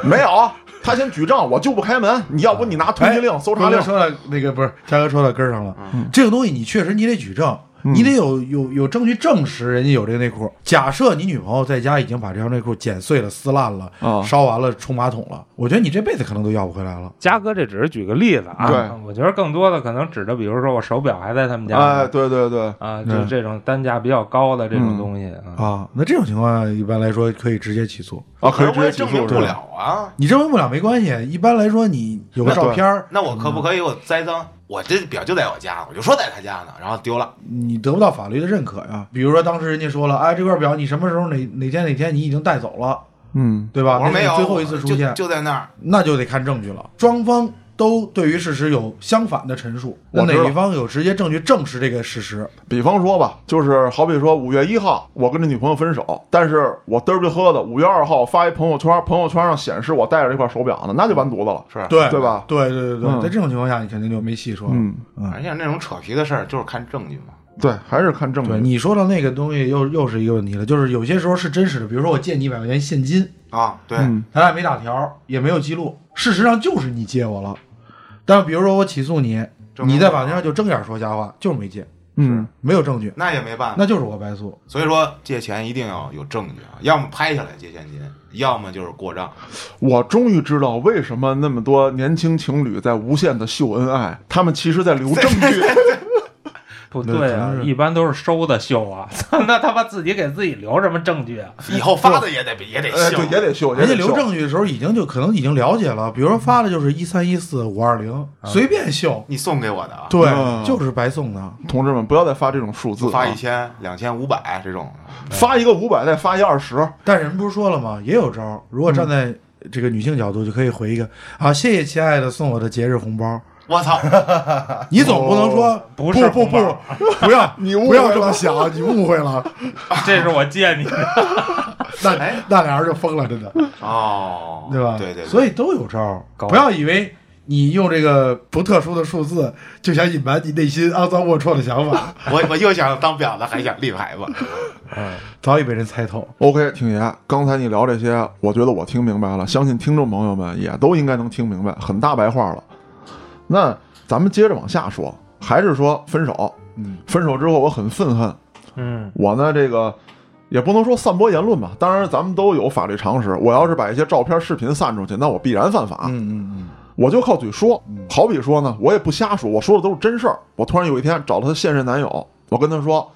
B: 没有啊，他先举证，我就不开门。你要不你拿通缉令、搜查
D: 哎
B: 令
D: 刚才？说到那个不是，嘉哥说到根儿上了。这个东西你确实你得举证，你得有有有证据证实人家有这个内裤。假设你女朋友在家已经把这条内裤剪碎了、撕烂了、
B: 啊
D: 烧完了、冲马桶了，我觉得你这辈子可能都要不回来了。
C: 嘉哥这只是举个例子啊，
B: 对
C: 我觉得更多的可能指的，比如说我手表还在他们家呢，
B: 哎，对对对，
C: 啊，就这种单价比较高的这种东西啊，
D: 啊，那这种情况下一般来说可以直接起诉。
B: 啊，
A: 可是
B: 可以
A: 我也
B: 直接
A: 证
B: 起
A: 明
B: 诉
A: 不
B: 是
A: 了
B: 吧？
A: 啊。
D: 你证明不了没关系，一般来说你有个
B: 那
D: 照片儿，
A: 那我可不可以我栽赃？我这表就在我家，我就说在他家呢，然后丢了，
D: 你得不到法律的认可呀。比如说当时人家说了，哎，这块表你什么时候哪哪天哪天你已经带走了，
B: 嗯
D: 对吧？
A: 我说没有，
D: 那是你最后一次出
A: 就
D: 现，
A: 就在那儿，
D: 那就得看证据了。双方都对于事实有相反的陈述，那
B: 我知道
D: 哪一方有直接证据证实这个事实？
B: 比方说吧，就是好比说五月一号我跟这女朋友分手，但是我嘚儿逼喝的，五月二号发一朋友圈，朋友圈上显示我戴着这块手表呢，那就完犊子了。
A: 是
D: 对
B: 对吧
D: 对对对对，
B: 嗯
D: 在这种情况下，你肯定就没戏说了。
B: 嗯，
A: 反正哎像那种扯皮的事儿，就是看证据嘛。
B: 对，还是看证
D: 对
B: 据。
D: 你说到那个东西又又是一个问题了，就是有些时候是真实的，比如说我借你一百块钱现金，
A: 啊，对，
B: 嗯
D: 咱俩没打条，也没有记录。事实上就是你借我了，但是比如说我起诉你，
A: 证明
D: 你在法庭上就睁眼说瞎话，就是没借，
B: 嗯，
D: 没有证据，
A: 那也没办法。
D: 那就是我白诉。
A: 所以说借钱一定要有证据
D: 嗯
A: 啊，要么拍下来借现金，要么就是过账。
B: 我终于知道为什么那么多年轻情侣在无限的秀恩爱，他们其实在留证据。
C: 不对
D: 可
C: 啊
D: 能，是
C: 一般都是收的秀啊， 那他妈自己给自己留什么证据啊？
A: 以后发的也得也 得
D: 呃
B: 哎，
A: 秀
B: 对，，也得秀，也
D: 人家
B: 得
D: 留
B: 秀。
D: 证据的时候已经就可能已经了解了，比如说发的就是一三一四五二零，随便秀，
A: 你送给我的啊，
B: 嗯
D: 对，就是白送的。
B: 同志们，不要再发这种数字、啊，
A: 发一千、两千、五百这种，
B: 发一个五百，再发一二十。
D: 但是人不是说了吗？也有招儿。如果站在这个女性角度，就可以回一个啊，谢谢亲爱的送我的节日红包。
A: 我 操，
D: 你总不能说
C: 不
D: 不
C: 是
D: 不
C: 红
D: 不
C: 包，
D: 不要
B: 你误会
D: 不要这
B: 了
D: 么想，啊你误会了。
C: 这是我借你的，
D: 那
A: 哎
D: 那俩人就疯了，真的，
A: 哦，
D: 对吧？
A: 对对，
D: 所以都有招儿，
C: 高
D: 不要以为。你用这个不特殊的数字，就想隐瞒你内心肮脏龌龊的想法，
A: 我我又想当婊子，还想立 牌子，
D: 早已被人猜透。
B: OK，挺爷，刚才你聊这些，我觉得我听明白了，相信听众朋友们也都应该能听明白，很大白话了。那咱们接着往下说，还是说分手。嗯，分手之后我很愤恨，
C: 嗯，
B: 我呢这个也不能说散播言论吧，当然咱们都有法律常识。我要是把一些照片、视频散出去，那我必然犯法。
D: 嗯嗯
B: 我就靠嘴说。好比说呢，我也不瞎说，我说的都是真事儿。我突然有一天找她现任男友，我跟他说：“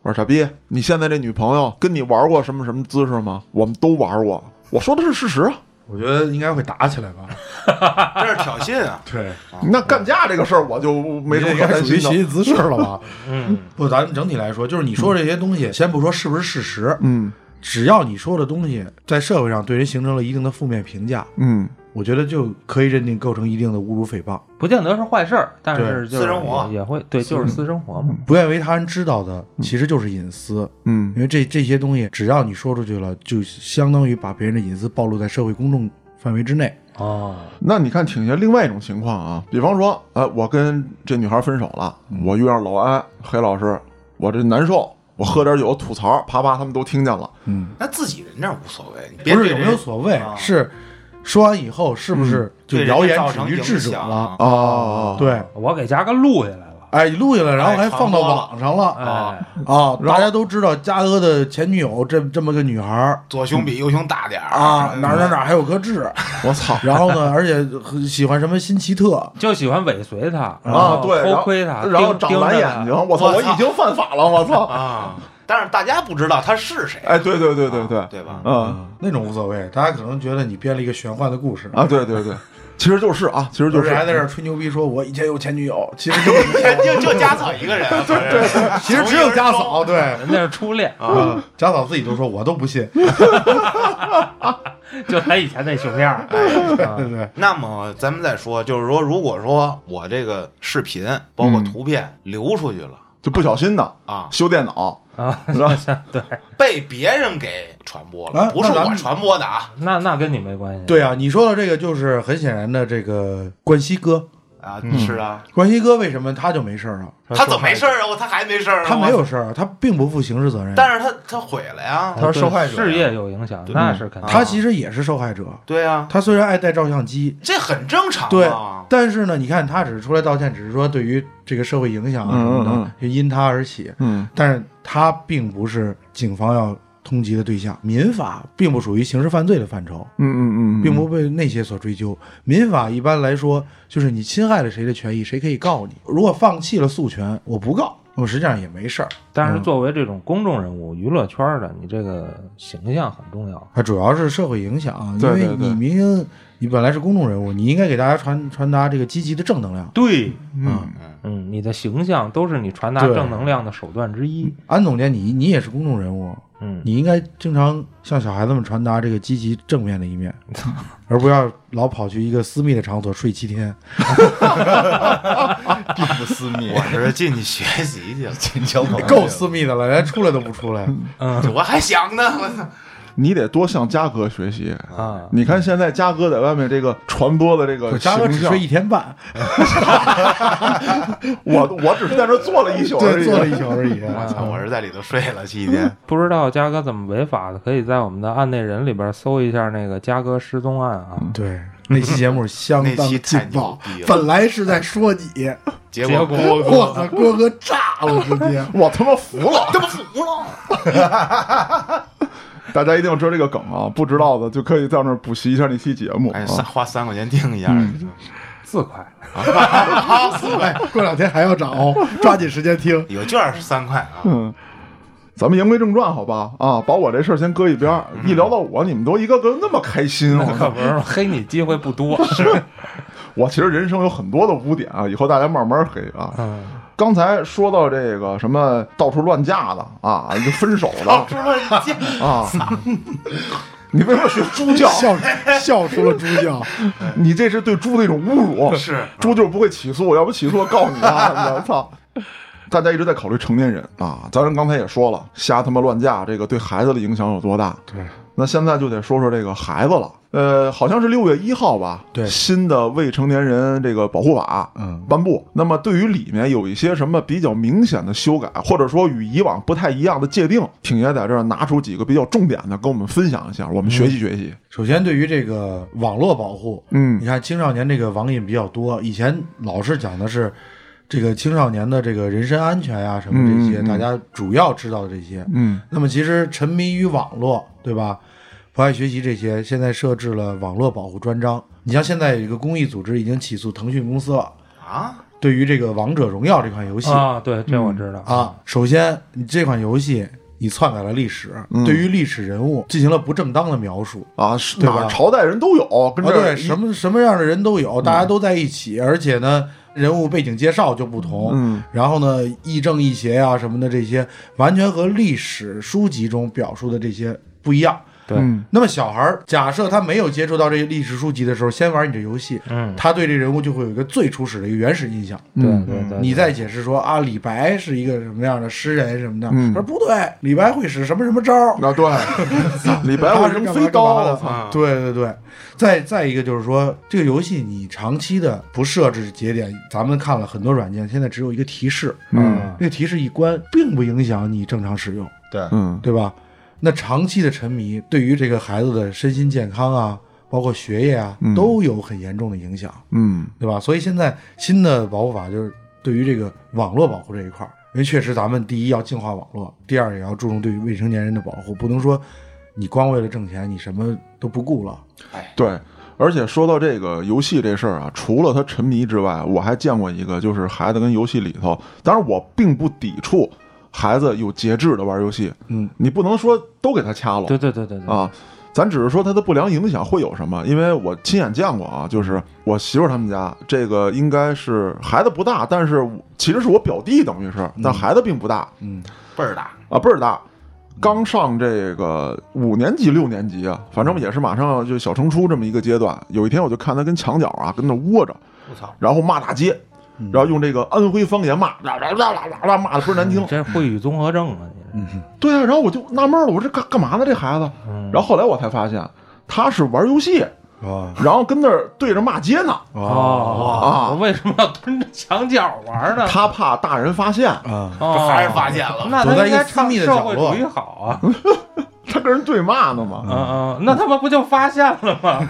B: 我说傻逼，你现在这女朋友跟你玩过什么什么姿势吗？我们都玩过。”我说的是事实啊。
D: 嗯，我觉得应该会打起来 吧。
A: 这是挑衅啊！
D: 对，
B: 那干架这个事儿我就没什么
D: 应
B: 可
D: 该
B: 担
D: 属于
B: 心
D: 寻
B: 的。
D: 衅滋事儿了吧？
C: 嗯，
D: 不，咱们整体来说，就是你说这些东
A: 嗯
D: 西，先不说是不是事实，
B: 嗯
D: 只要你说的东西在社会上对人形成了一定的负面评价，
B: 嗯，
D: 我觉得就可以认定构成一定的侮辱诽谤。
C: 不见得是坏事儿，但是就是
A: 私生活
C: 也也会对，就是私生活嘛。
D: 不愿为他人知道的，其实就是隐私，
B: 嗯
D: 因为这这些东西只要你说出去了，就相当于把别人的隐私暴露在社会公众范围之内。
C: 哦，
B: 那你看，挺爷另外一种情况啊，比方说，哎、我跟这女孩分手了，我遇上老安黑老师，我这难受，我喝点酒吐槽，啪啪，他们都听见了。
D: 嗯，
A: 那自己人那无所谓，你别
D: 不是
A: 对
D: 有
A: 人
D: 没有所谓
A: 啊，嗯
D: 是说完以后是不是就
A: 对人
D: 谣
A: 家
D: 言
A: 造
D: 止
A: 成
D: 于
A: 影
D: 智者
A: 响
D: 了？
B: 哦，
D: 对，
C: 我给嘉哥录下来了，
D: 哎，录下来，然后
A: 哎
D: 还
A: 传
D: 放到
A: 播了
D: 网上了。
C: 哎，
D: 啊，大家都知道嘉哥的前女友这这么个女孩儿
A: 左胸比右胸大点儿
D: 啊，哪儿哪儿哪儿还有颗 痣，
B: 我操，
D: 然后呢，而且很喜欢什么新奇特，
C: 就喜欢尾随他
B: 啊，对，然
C: 偷
B: 后
C: 窥他，
B: 然后
C: 盯
B: 长蓝眼。
C: 盯着
B: 睛，我操，
A: 我
B: 我
A: 操
B: 已经犯法了，我操！
A: 啊！但是大家不知道他是谁，啊
B: 哎，对对对对对，
A: 对吧？
B: 嗯
D: 那种无所谓，大家可能觉得你编了一个玄幻的故事，
B: 啊，对对对，其实就是啊，其实就
D: 就是
B: 是
D: 还在这儿吹牛逼说我以前有前女友， 其实根本
A: 就就家草一个人啊，对对，
D: 其实只有家嫂， 对。
C: 他那是初恋，
D: 啊，家嫂自己都说，我都不信。对
C: 就他以前那熊样儿。哎啊
D: 对对，
A: 那么咱们再说，就是说，如果说我这个视频包
D: 嗯
A: 括图片流出去了
B: 就不小心的
A: 啊，
B: 修电脑，
C: 啊，
B: 是吧？
A: 被别人给传播
D: 啊
A: 了，不是
D: 那咱
A: 我
D: 们
A: 传播的啊
C: 那那跟你没关系。
D: 对啊，你说到这个，就是很显然的，这个冠希哥，
A: 啊，是啊，
D: 冠希哥为什么嗯他就没事儿了？
A: 他怎么没事儿啊？我他还没事儿呢，
D: 他没有
A: 我，
D: 事儿，他并不负刑事责任，
A: 但是他他毁了呀
C: 哎，
D: 他是
C: 对
D: 受害者呀
C: 事业有影响，那是
B: 啊
C: 肯定。
D: 他其实也是受害者。
A: 对啊，
D: 他虽然爱带照相机，
A: 这很正常
D: 对
A: 啊，，
D: 但是呢，你看他只是出来道歉，只是说对于这个社会影响啊什么的，
B: 嗯嗯
D: 就因他而起。
B: 嗯
D: 但是他并不是警方要通缉的对象，民法并不属于刑事犯罪的范畴，
B: 嗯嗯嗯，
D: 并不被那些所追究。民法一般来说就是你侵害了谁的权益，谁可以告你。如果放弃了诉权，我不告，我实际上也没事儿。
C: 但是作为这种公众人物、娱乐圈儿的，你这个形象很重要。
D: 它主要是社会影响，啊因
B: 对
D: 为
B: 对对
D: 你明明你本来是公众人物，你应该给大家传传达这个积极的正能量。
C: 对，
B: 嗯
C: 嗯，你的形象都是你传达
D: 对
C: 正能量的手段之一。
D: 安总监，你你也是公众人物，
C: 嗯，
D: 你应该经常向小孩子们传达这个积极正面的一面， 而不要老跑去一个私密的场所睡七天。
E: 并不私密
A: 我是进去学习去了。哎
E: 你交朋 友
D: 够私密的了，人家出来都不出来。
A: 我还想呢，我操！
B: 你得多向嘉哥学习。
D: 嗯
C: 啊，
B: 你看现在嘉哥在外面这个传播的这个
D: 嘉哥
B: 形
D: 只
B: 象
D: 睡，一 天半，
B: 我我只是在那儿坐了一宿而
D: 对，
B: 已。
D: 做了一宿而已。
A: 我操，我是在里头睡了七
D: 嗯
A: 天，
C: 不知道嘉哥怎么违法的，可以在我们的案内人里边搜一下那个嘉哥失踪案啊。
D: 对，那期节目相
A: 那
D: 当
A: 期
D: 劲
A: 太牛
D: 爆
A: 逼，了
D: 本来是在说 你，
A: 结果
C: 果
D: 我操，郭哥炸了，直接。
B: 我他妈服了！
A: 他妈服了，
B: 大家一定要知道这个梗啊，不知道的就可以在那儿补习一下那期节目啊
A: 哎，。三花三块钱订一下，
D: 嗯
C: 四块，
D: 哎，过两天还要找，抓紧时间听。
A: 有券是三块啊，
B: 嗯，咱们言归正传，好吧？啊，把我这事儿先搁一边儿。
A: 嗯
B: 一聊到我，你们都一个个那么开心，啊我
C: 可不是黑你机会不 多。
B: 我其实人生有很多的污点啊，以后大家慢慢黑啊。
C: 嗯，
B: 刚才说到这个什么到处乱嫁的啊，就分手
A: 到
B: 了
A: 处乱见，
B: 啊， 你为什么学猪叫？
D: 笑笑出了猪 叫，
B: 你这是对猪的一种侮辱。
A: 是
B: 猪就是不会起诉，要不起诉我告你啊！我操！ 大家一直在考虑成年人啊，咱刚才也说了，瞎他妈乱嫁，这个对孩子的影响有多大？对，那现在就得说说这个孩子了。呃，好像是六月一号吧，
D: 对
B: 新的未成年人这个保护法，嗯，颁布。那么对于里面有一些什么比较明显的修改，或者说与以往不太一样的界定，挺爷在这儿拿出几个比较重点的，跟我们分享一下，我们学
D: 嗯
B: 习学习。
D: 首先，对于这个网络保护，
B: 嗯
D: 你看青少年这个网瘾比较多，以前老是讲的是这个青少年的这个人身安全呀、什么这些，
B: 嗯嗯嗯
D: 大家主要知道的这些。
B: 嗯
D: 那么，其实沉迷于网络，对吧？不爱学习这些，现在设置了网络保护专章。你像现在有一个公益组织已经起诉腾讯公司了，
A: 啊，
D: 对于这个《王者荣耀》这款游戏
C: 啊，对，这我知道。
D: 啊，首先你这款游戏你篡改了历史，
B: 嗯
D: 对于历史人物进行了不正当的描述。
B: 啊，是
D: 对吧
B: 哪儿朝代人都有，跟
D: 啊，
B: 这儿
D: 对，
B: 一嗯
D: 什么什么样的人都有，大家都在一起，而且呢，人物背景介绍就不同，
B: 嗯，
D: 然后呢，亦正亦邪啊什么的这些，完全和历史书籍中表述的这些不一样。
C: 对，
B: 嗯
D: 那么小孩儿，假设他没有接触到这些历史书籍的时候，先玩你这游戏，
C: 嗯，
D: 他对这人物就会有一个最初始的一个原始印象。
C: 对
B: 嗯
C: 对对，
D: 你再解释说啊，李白是一个什么样的诗人什么的，
B: 嗯
D: 他说不对，李白会使什么什么招儿，
B: 啊，对，
D: 哎
B: 李白会扔飞刀，啊
D: 他
B: 我
D: 是干嘛干
B: 操！
D: 嘛的啊对对对，再再一个就是说，这个游戏你长期的不设置节点，咱们看了很多软件，现在只有一个提示，
B: 嗯
D: 那个提示一关，并不影响你正常使用，
E: 对，
B: 嗯
D: 对吧？那长期的沉迷对于这个孩子的身心健康啊，包括学业啊，都有很严重的影响。
B: 嗯
D: 对吧？所以现在新的保护法就是对于这个网络保护这一块儿，因为确实咱们第一要净化网络，第二也要注重对于未成年人的保护，不能说你光为了挣钱你什么都不顾了。
B: 对。而且说到这个游戏这事儿啊，除了他沉迷之外，我还见过一个，就是孩子跟游戏里头，当然我并不抵触孩子有节制的玩游戏，
D: 嗯，
B: 你不能说都给他掐了，
C: 对对对对对，
B: 啊，咱只是说它的不良影响会有什么，因为我亲眼见过啊，就是我媳妇儿他们家这个应该是孩子不大，但是我其实是我表弟等于是，但孩子并不大，
D: 嗯，
A: 倍儿大，
B: 啊，倍儿大，刚上这个五年级、六年级啊，反正也是马上就小升初这么一个阶段。有一天我就看他跟墙角啊，跟那窝着，
A: 我操，
B: 然后骂大街，
D: 嗯
B: 然后用这个安徽方言骂，啦啦啦啦啦啦，骂的倍儿难听
D: 嗯
C: 你。这是会语综合症啊，你是。
B: 对啊，然后我就纳闷了，我说这干干嘛呢这孩子？
C: 嗯
B: 然后后来我才发现他是玩游戏，
D: 啊
B: 然后跟那儿对着骂街呢。
C: 哦，我为什么要蹲着墙角玩呢？
B: 他怕大人发现，
D: 啊！
A: 这
C: 哦
A: 还是发现了，
C: 那
D: 躲
C: 他
D: 在一
C: 应
D: 个
C: 该
D: 私
C: 唱
D: 密的
C: 社
D: 角
C: 会
D: 落
C: 主义好啊。
B: 他跟人对骂呢嘛，
D: 啊
C: 嗯嗯，那他妈不就发现了吗？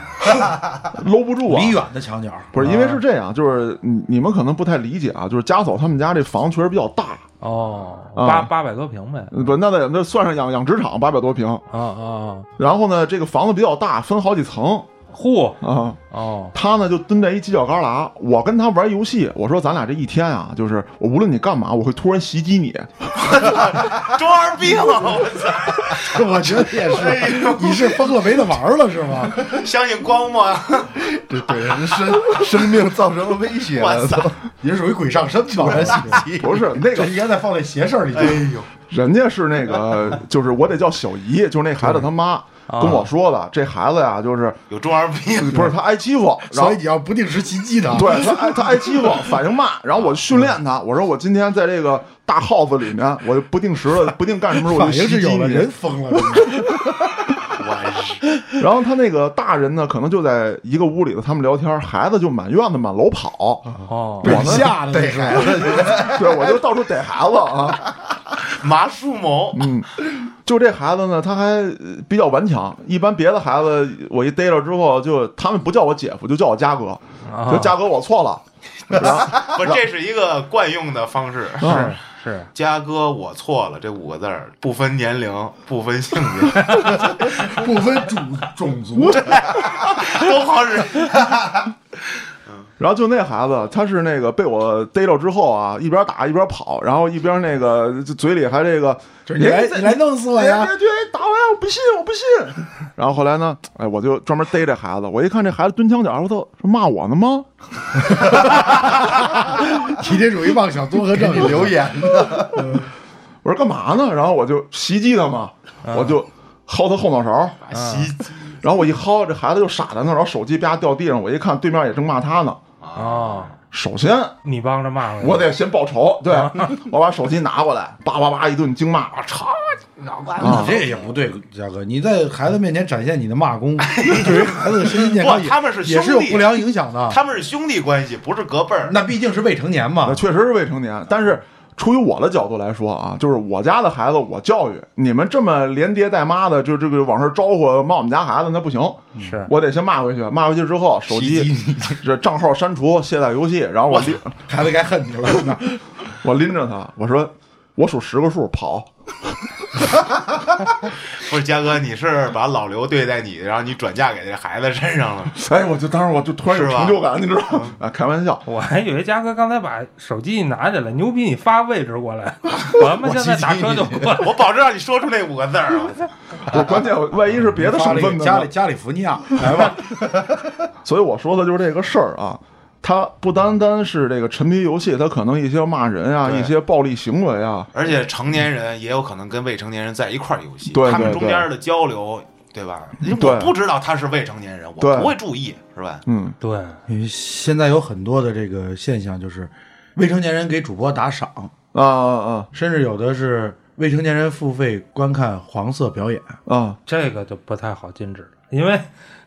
B: 搂不住啊
D: 离。远啊的墙角，
B: 不是，因为是这样，就是你你们可能不太理解啊，就是家嫂他们家这房确实比较大，
C: 哦，
B: 啊
C: 八八百多平呗。
B: 呃不，那得那算上养养殖场八百多平，
C: 啊啊，
B: 然后呢，这个房子比较大，分好几层
C: 户
B: 啊。
C: 哦，
B: 他呢就蹲在一犄角旮旯，我跟他玩游戏，我说咱俩这一天啊，就是我无论你干嘛，我会突然袭击你。
A: 中二病了，我
D: 我觉得也
B: 哎
D: 是，你是疯了没得玩了是 吗？
A: 操，相信光吗？
E: 这对人生生命造成了威胁。
A: 我操，
D: 你是属于鬼 上身吧？我觉得
B: 不是那
D: 这
B: 个，
D: 应该再放在邪事儿里去。哎呦，
B: 人家是那个，就是我得叫小姨，就是那孩子他妈
C: 啊
B: 跟我说的，这孩子呀， 就是
A: 有中二病，
B: 不是他挨欺负，然后
D: 所以你要不定时袭击他。
B: 对他挨他挨欺负，反应慢，然后我就训练他，我说我今天在这个大耗子里面，我就不定时的不定干什么时候我
D: 反
B: 就
D: 应
B: 袭
D: 是
B: 击
D: 有了，
B: 你
D: 人疯了，真的
A: 完事，
B: 然后他那个大人呢，可能就在一个屋里头，他们聊天，孩子就满院子满楼跑，
D: 啊
C: 哦
B: 我呢
D: 吓的那是
B: 孩子就， 对我就到处逮孩子啊，
A: 麻树某，
B: 嗯，就这孩子呢，他还呃比较顽强，一般别的孩子我一逮着之后，就他们不叫我姐夫，就叫我嘉哥，
D: 啊
C: 啊
B: 就嘉哥我错 了，
A: 不，这是一个惯用的方式。
B: 啊
C: 是
A: 嘉哥，我错了，这五个字儿不分年龄，不分性别，
D: 不分种种族，
A: 都好使。
B: 然后就那孩子，他是那个被我逮着之后啊，一边打一边跑，然后一边那个就嘴里还这个，
D: 就是你来你来弄死我呀
B: 别别别打我呀！我不信，我不信。然后后来呢，哎，我就专门逮这孩子，我一看这孩子蹲墙角，我操，是骂我呢吗？
D: 你这属于妄想综合症，你留言的。
B: 我说干嘛呢？然后我就袭击他嘛，我就薅他后脑勺，
A: 袭
B: 然后我一薅，这孩子就傻在那儿，然后手机啪掉地上，我一看对面也正骂他呢。
A: 啊
C: 哦，
B: 首先
C: 你帮着骂
B: 我得先报仇，对我把手机拿过来，叭叭叭一顿惊骂，我操！
A: 啊
D: 你啊这也不对，嘉哥，你在孩子面前展现你的骂 功，对于孩子的身心健康
A: 不
D: 也
A: 他们是
D: 也是有
A: 兄弟
D: 不良影响的。
A: 他们是兄弟关系，不是隔辈儿。
D: 那毕竟是未成年
B: 那
D: 嘛，
B: 确实是未成年，但是出于我的角度来说啊，就是我家的孩子我教育，你们这么连爹带妈的就这个往上招呼骂我们家孩子，那不行，
C: 是
B: 我得先骂回去，骂回去之后手
D: 袭
B: 机
D: 击
B: 这账号删除，卸载游戏，然后我拎
D: 孩子该恨你 了。
B: 我拎着他，我说我数十个数跑，
A: 不是嘉哥，你是把老刘对待你，然后你转嫁给这孩子身上了。
B: 哎，我就当时我就突然有
A: 是吧
B: 成就感，你知道吗？啊，开玩笑，
C: 我还以为嘉哥刚才把手机一拿起来，牛逼，你发位置过来，我他妈现在打车就过来。
A: 我保证让你说出那五个字儿。我啊操
B: 不是关键，万一是别 的
D: 发
B: 省
D: 了一
B: 份的
D: 个加
B: 呢
D: 里？加利福尼亚，来吧，
B: 所以我说的就是这个事儿啊，它不单单是这个沉迷游戏，它可能一些骂人啊，
A: 对
B: 一些暴力行为啊，
A: 而且成年人也有可能跟未成年人在一块儿游戏，
B: 对
A: 他们
B: 对
A: 中
B: 对
A: 间的交流，对吧？因为
B: 对
A: 我不知道他是未成年人，我
B: 对
A: 不会注意，是吧？
B: 嗯，
C: 对，
D: 现在有很多的这个现象，就是未成年人给主播打赏，
B: 啊啊
D: 甚至有的是未成年人付费观看黄色表演。
B: 啊啊，
C: 这个就不太好禁止了，因为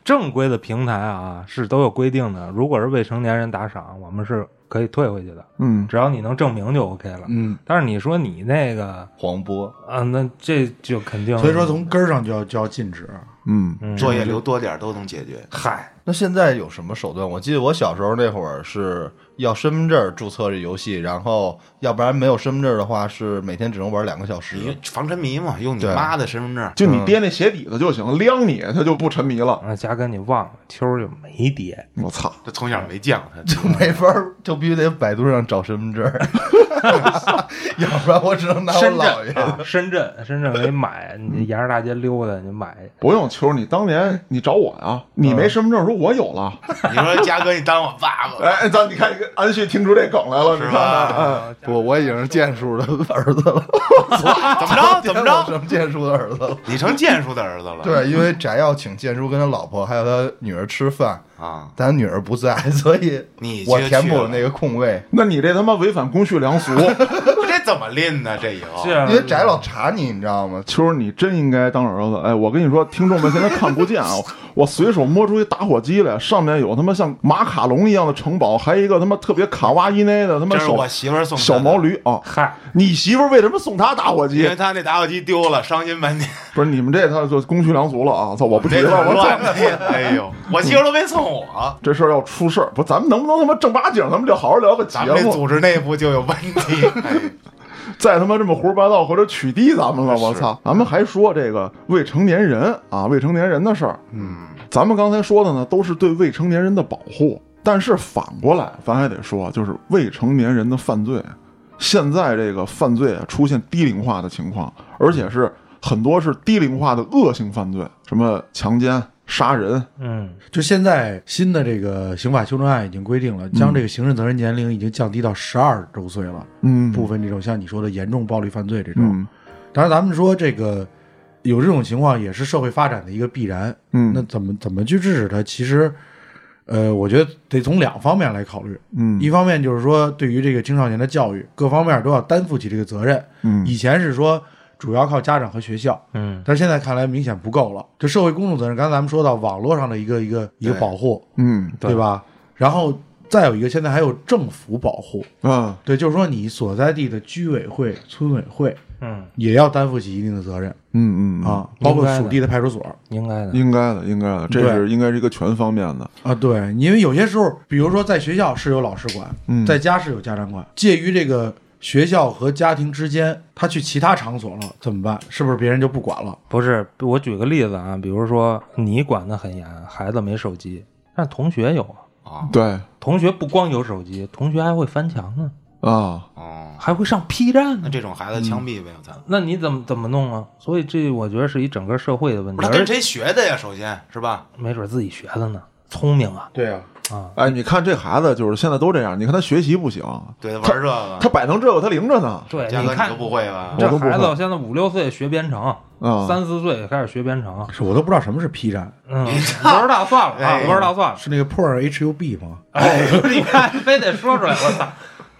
C: 正规的平台啊是都有规定的，如果是未成年人打赏，我们是可以退回去的，
B: 嗯，
C: 只要你能证明就 OK 了。
D: 嗯，
C: 但是你说你那个
E: 黄波，
C: 啊，那这就肯定，
D: 所以说从根儿上就要就要禁止。
B: 嗯，
C: 嗯
A: 作业留多点儿都能解决。
C: 嗨，
E: 那现在有什么手段？我记得我小时候那会儿是要身份证注册这游戏，然后要不然没有身份证的话，是每天只能玩两个小
A: 你
E: 时。
A: 防沉迷嘛，用你
E: 对
A: 妈的身份证。
B: 就你爹那鞋底子就行，晾你他就不沉迷了。
C: 啊，嘉哥你忘了，秋儿就没爹，
B: 我操，
A: 这从小没见过他，
E: 就 没法儿，就必须得百度上找身份证儿， 要不然我只能拿我
C: 深
E: 姥
C: 圳
E: 爷。
C: 啊， 深圳，深圳没买，你沿着大街溜达，你买
B: 不用秋儿，你当年你找我呀，你没身份证时候我有了。
A: 你说嘉哥，你当我爸爸，
B: 哎，咱你看，你看安旭听出这梗来了，你
A: 是
B: 看看，
A: 吧？
B: 哎，
E: 我我已经是剑术的儿子了，
A: 怎么着？怎么
E: 我
A: 着？
E: 成剑术的儿子了。
A: 你成剑叔的儿子了？
E: 对，因为翟耀请剑叔跟他老婆还有他女儿吃饭，
A: 啊，
E: 但他女儿不在，所以
A: 你就
E: 我填补
A: 去
E: 了
A: 了
E: 那个空位。
B: 那你这他妈违反公序良俗。
A: 这怎么练呢？这以后
C: 这
E: 因为翟老查你，你知道吗？
B: 秋儿，你真应该当儿子。哎，我跟你说，听众们现在看不 见啊，我随手摸出一打火机来，上面有他妈像马卡龙一样的城堡，还有一个他妈特别卡哇伊内的他妈
A: 这是
B: 小
A: 我媳妇儿送他的
B: 小毛，驴啊！
C: 嗨，
B: 你媳妇儿为什么送他打火
A: 因
B: 机
A: 为？他那打火机丢了，伤心半天。
B: 不是你们这他就公序良俗了啊！操，我不 提
A: 这
B: 了，我
A: 乱
B: 操，
A: 的，哎呦， 我媳妇儿都没送我，
B: 这事儿要出事儿，不，咱们能不能他妈正八经，咱们就好好聊个 节
A: 咱们这
B: 目，
A: 组织内部就有问题。哎
B: 再他妈这么胡说八道或者取缔咱们了，我操！咱们还说这个未成年人啊，未成年人的事儿，
A: 嗯，
B: 咱们刚才说的呢，都是对未成年人的保护，但是反过来，咱还得说，就是未成年人的犯罪，现在这个犯罪出现低龄化的情况，而且是很多是低龄化的恶性犯罪，什么强奸、杀人，
C: 嗯，
D: 就现在新的这个刑法修正案已经规定了，将这个刑事责任年龄已经降低到十二周岁了。
B: 嗯，
D: 部分这种像你说的严重暴力犯罪这种，
B: 嗯
D: 当然咱们说这个有这种情况也是社会发展的一个必然。
B: 嗯
D: 那怎么怎么去制止它？其实，呃，我觉得得从两方面来考虑。
B: 嗯
D: 一方面就是说，对于这个青少年的教育，各方面都要担负起这个责任。
B: 嗯
D: 以前是说主要靠家长和学校。
C: 嗯，
D: 但是现在看来明显不够了。这社会公众责任，刚才咱们说到网络上的一个一个一个
A: 对
D: 保护，
B: 嗯
D: 对吧？然后再有一个，现在还有政府保护，
B: 啊，
D: 对，就是说你所在地的居委会、村委会
C: 嗯，
D: 也要担负起一定的责任
B: 嗯嗯，嗯
D: 啊，
C: 应该
D: 包
C: 的
D: 括属地的派出所
C: 应该的，
B: 应该的，应该的，这
D: 对
B: 是应该是一个全方面的，
D: 啊，对，因为有些时候，比如说在学校是有老师管，
B: 嗯
D: 在家是有家长管，介于这个。学校和家庭之间，他去其他场所了怎么办？是不是别人就不管了？
C: 不是，我举个例子啊，比如说你管得很严，孩子没手机，但同学有啊。
A: 啊
B: 对
C: 同学不光有手机，同学还会翻墙呢，
B: 啊，
A: 哦，
C: 还会上 P 站
A: 那
C: 呢。
A: 这种孩子枪毙呗，我操！
C: 那你怎么怎么弄啊？所以这我觉得是一整个社会的问
A: 不
C: 题，
A: 是他跟
C: 而
A: 谁学的呀？首先是吧？
C: 没准自己学的呢，聪明啊
D: 对啊，
C: 啊！
B: 哎，你看这孩子就是现在都这样，你看他学习不行，
A: 对，玩这个，
B: 他摆成这个他灵着呢，
C: 对，
A: 嘉哥
C: 看
A: 都不会吧？
B: 我
C: 这
B: 都不
C: 孩
B: 会
C: 子现在五六岁学编程，
B: 啊，
C: 三四岁开始学编程，
D: 是我都不知道什么是 P 站，
C: 嗯，不知道算了啊，
A: 哎
C: 不知道算了。
D: 是那个 p o r HUB 吗？
C: 哎， 你看，非得说出来，我操！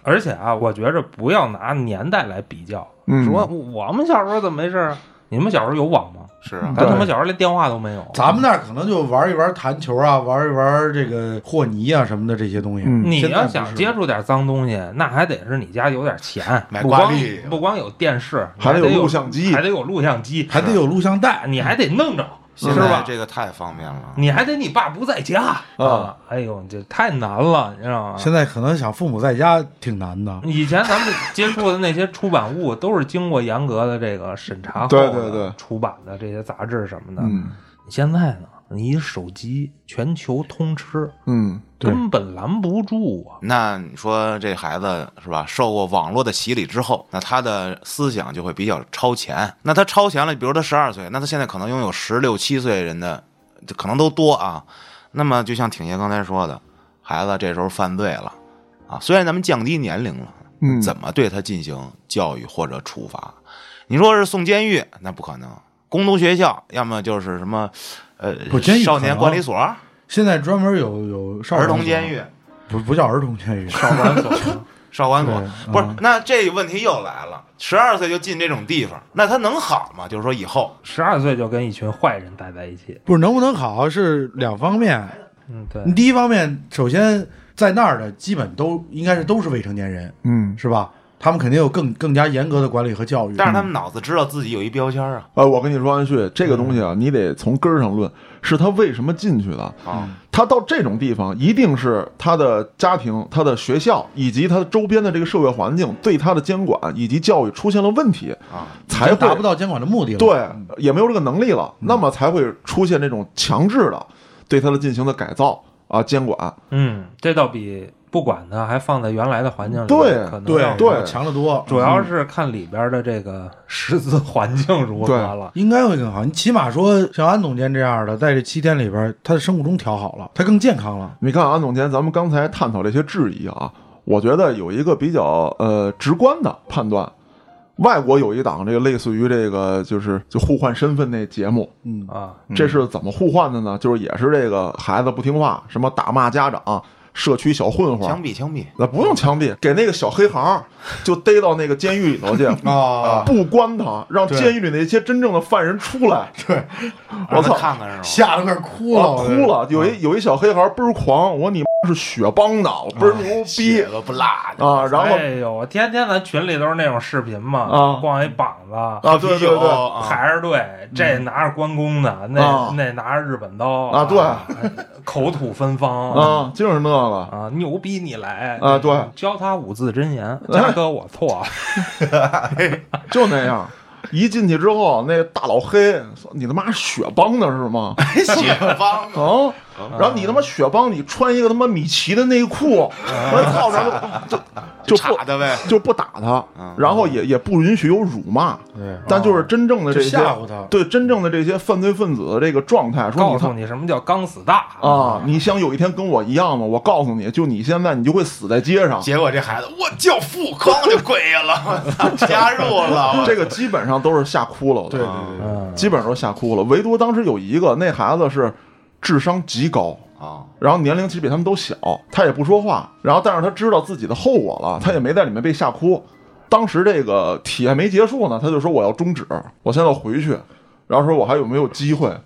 C: 而且啊，我觉着不要拿年代来比较，
B: 嗯
C: 说我们小时候怎么没事儿啊？你们小时候有网吗？
A: 是啊，
C: 咱他妈小时候连电话都没有。
D: 咱们那儿可能就玩一玩弹球啊，玩一玩这个和泥啊什么的这些东西。
B: 嗯
C: 你
D: 现在
C: 要
D: 不是
C: 想接触点脏东西，那还得是你家有点钱，
A: 买
C: 不
A: 挂
C: 光
A: 历
C: 不光有电视，你
B: 还
C: 得
B: 得有
C: 有
B: 录像机
C: 还得有录像机，
D: 还得有录像带，
C: 你还得弄着，是
A: 现在
C: 吧？
A: 这个太方便了。
C: 你还得你爸不在家啊！哎呦，这太难了，你知道吗？
D: 现在可能想父母在家挺难的。
C: 以前咱们接触的那些出版物，都是经过严格的这个审查后
B: 对对对
C: 的出版的这些杂志什么的。
B: 嗯
C: 你现在呢？你一手机全球通吃，
B: 嗯，
D: 对
C: 根本拦不住啊！
A: 那你说这孩子是吧？受过网络的洗礼之后，那他的思想就会比较超前。那他超前了，比如他十二岁，那他现在可能拥有十六七岁人的，这可能都多啊。那么就像挺爷刚才说的，孩子这时候犯罪了啊，虽然咱们降低年龄了，
B: 嗯
A: 怎么对他进行教育或者处罚？你说是送监狱，那不可能。攻读学校，要么就是什么，呃
D: 不监，狱
A: 少
D: 可
A: 年
D: 能
A: 管理所、儿
D: 现在专门有有少
A: 童监狱，，
D: 不不叫儿童监狱，
C: 少管所
A: 少管所
D: 对
A: 不是
D: 嗯？
A: 那这问题又来了，十二岁就进这种地方，那他能好吗？就是说以后
C: 十二岁就跟一群坏人待在一起，
D: 不是能不能好是两方面。
C: 嗯，对，
D: 第一方面，首先在那儿的基本都应该是都是未成年人，
B: 嗯，
D: 是吧？他们肯定有更更加严格的管理和教育。嗯
A: 但是他们脑子知道自己有一标签啊
B: 呃，我跟你说，安旭，这个东西啊，你得从根儿上论，是他为什么进去的。
A: 啊，
B: 他到这种地方，一定是他的家庭、他的学校以及他周边的这个社会环境对他的监管以及教育出现了问题
A: 啊，
B: 才
D: 达
B: 会
D: 不到监管的目的了。
B: 对，也没有这个能力了，那么才会出现这种强制的对他的进行的改造啊监管。
C: 嗯，这倒比不管它还放在原来的环境里，
B: 对
C: 可能
D: 对
C: 要
B: 对
D: 强得多。
C: 主要是看里边的这个 师资环境如何
B: 对
C: 了。
D: 应该会更好。你起码说像安总监这样的，在这七天里边，他的生物钟调好了，他更健康了。
B: 你看，安总监，咱们刚才探讨这些质疑啊，我觉得有一个比较呃直观的判断。外国有一档这个类似于这个就是就互换身份那节目，
D: 嗯，
C: 啊，
B: 这是怎么互换的呢？就是也是这个孩子不听话，什么打骂家长、社区小混
A: 枪
B: 混，
A: 毙枪毙，
B: 那不用枪毙，给那个小黑行儿就逮到那个监狱里头去
D: 啊
B: 不关他，让
D: 对
B: 监狱里那些真正的犯人出来。对，我
A: 让他
B: 操，
A: 看看是吧？
D: 吓得快哭了，
B: 我哭了。有一有一小黑孩儿倍儿狂，我你妈是血帮的，我倍儿牛逼
A: 血都不落的
B: 啊！然后
C: 哎呦，我天天咱群里都是那种视频嘛，
B: 啊
C: 逛一膀子，
B: 啊，对
A: 啤
B: 对
A: 酒
B: 对，
A: 啊，
C: 排着队，这拿着关公的，
B: 啊
C: 那那拿着日本刀
B: 啊对
C: 哎口吐芬芳
B: 啊，就是那个
C: 啊，牛逼你来
B: 啊，对，
C: 教他五字真言，嘉哥 我错，
B: 就那样。一进去之后，那大老黑，说你他妈血帮的是吗？
A: 血帮
B: 啊！然后你他妈雪帮你穿一个他妈米奇的内裤，我操，然后就就就
A: 差
B: 不
A: 的 呗，
B: 就不打他，然后也也不允许有辱骂，
D: 嗯对，
B: 但就是真正的这些
D: 就吓唬他
B: 对真正的这些犯罪分子的这个状态，说
C: 告
B: 你
C: 诉
B: 他
C: 你什么叫刚死大
B: 啊，你想有一天跟我一样吗？我告诉你就你现在你就会死在街 上。
A: 结果这孩子我教父，哐就跪下 了，我操，加入了，
B: 这个基本上都是吓哭了的，啊
D: 对对对对，
C: 嗯，
B: 基本上都吓哭了。唯独当时有一个那孩子是智商极高，
A: 啊，
B: 然后年龄其实比他们都小，他也不说话，然后但是他知道自己的后果了，他也没在里面被吓哭，当时这个体验没结束呢，他就说我要终止，我现在要回去，然后说我还有没有机 会啊？。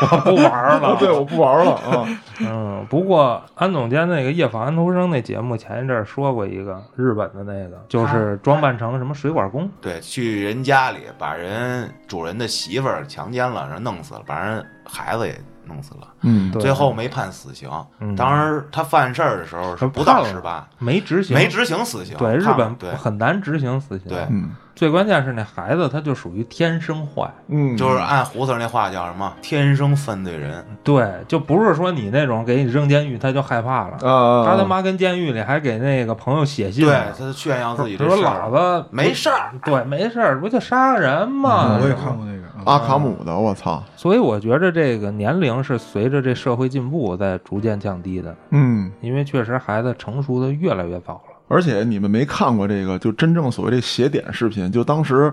C: 我不玩 了
B: 对，我不玩了啊。
C: 嗯，不过安总监那个《夜访安徒生》那节目前一阵儿说过一个日本的那个，
B: 啊
C: 就是装扮成什么水管工，
A: 对，去人家里把人主人的媳妇儿强奸了，然后弄死了，把人孩子也弄死了，
B: 嗯，
C: 对
A: 最后没判死刑。
C: 嗯
A: 当时他犯事儿的时候是不
C: 判
A: 到
C: 了
A: 十八，
C: 没执行，
A: 没执行死刑。
C: 对，日
A: 判了
C: 本
A: 对，
C: 很难执行死刑。
A: 对
B: 嗯
C: 最关键是那孩子他就属于天生坏，
B: 嗯，
A: 就是按胡子那话叫什
C: 嗯
A: 么“天生犯罪人
C: 对，就不是说你那种给你扔监狱他就害怕了，
B: 啊，
C: 他他妈跟监狱里还给那个朋友写”，信
A: 对
C: 呢，
A: 他炫耀自己
C: 他
A: 这
C: 说
A: 事
C: 老
A: 儿，
C: 子
A: 没事儿。
C: 对没事儿，不就杀个人吗？
D: 嗯我也看过那个，啊
B: 阿卡姆的，我操，
C: 所以我觉着这个年龄是随着这社会进步在逐渐降低的，
B: 嗯，
C: 因为确实孩子成熟的越来越早了。
B: 而且你们没看过这个，就真正所谓这邪典视频，就当时。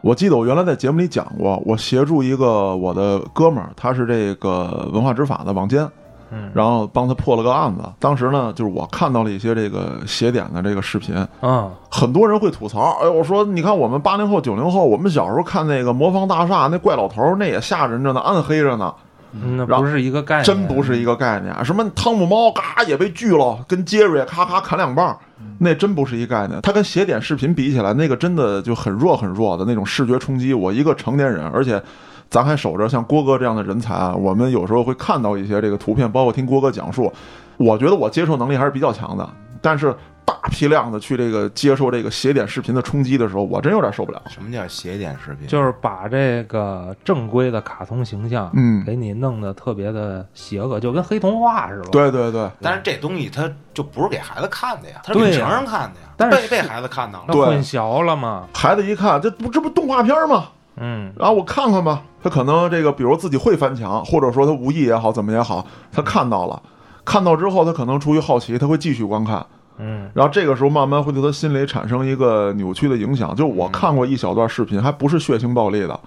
B: 我记得我原来在节目里讲过，我协助一个我的哥们儿，他是这个文化执法的网监，
C: 嗯
B: 然后帮他破了个案子。当时呢，就是我看到了一些这个邪典的这个视频，
C: 啊，
B: 很多人会吐槽，哎，我说你看我们八零后、九零后，我们小时候看那个《魔方大厦》，那怪老头儿那也吓人着呢，暗黑着呢，
C: 嗯那不是一个概念，
B: 真不是一个概念。啊什么汤姆猫嘎也被锯了，跟杰瑞咔咔砍两棒，那真不是一概念。它跟邪典视频比起来，那个真的就很弱很弱的那种视觉冲击。我一个成年人，而且。咱还守着像郭哥这样的人才啊，我们有时候会看到一些这个图片，包括听郭哥讲述，我觉得我接受能力还是比较强的。但是大批量的去这个接受这个邪典视频的冲击的时候，我真有点受不了。
A: 什么叫邪典视频？
C: 就是把这个正规的卡通形象，
B: 嗯
C: 给你弄得特别的邪恶，就跟黑童话似的。，
B: 对对对，
A: 但是这东西它就不是给孩子看的呀，它是
C: 对
A: 给
C: 呀
A: 成人看的呀，
C: 但是
A: 被被孩子看到
C: 那
A: 了。
B: 对
C: 混淆了嘛。
B: 孩子一看，这不这不动画片吗？
C: 嗯，
B: 然后我看看吧，他可能这个，比如自己会翻墙，或者说他无意也好，怎么也好，他看到了，看到之后，他可能出于好奇，他会继续观看，
C: 嗯，
B: 然后这个时候慢慢会对他心里产生一个扭曲的影响。就我看过一小段视频，还不是血腥暴力的，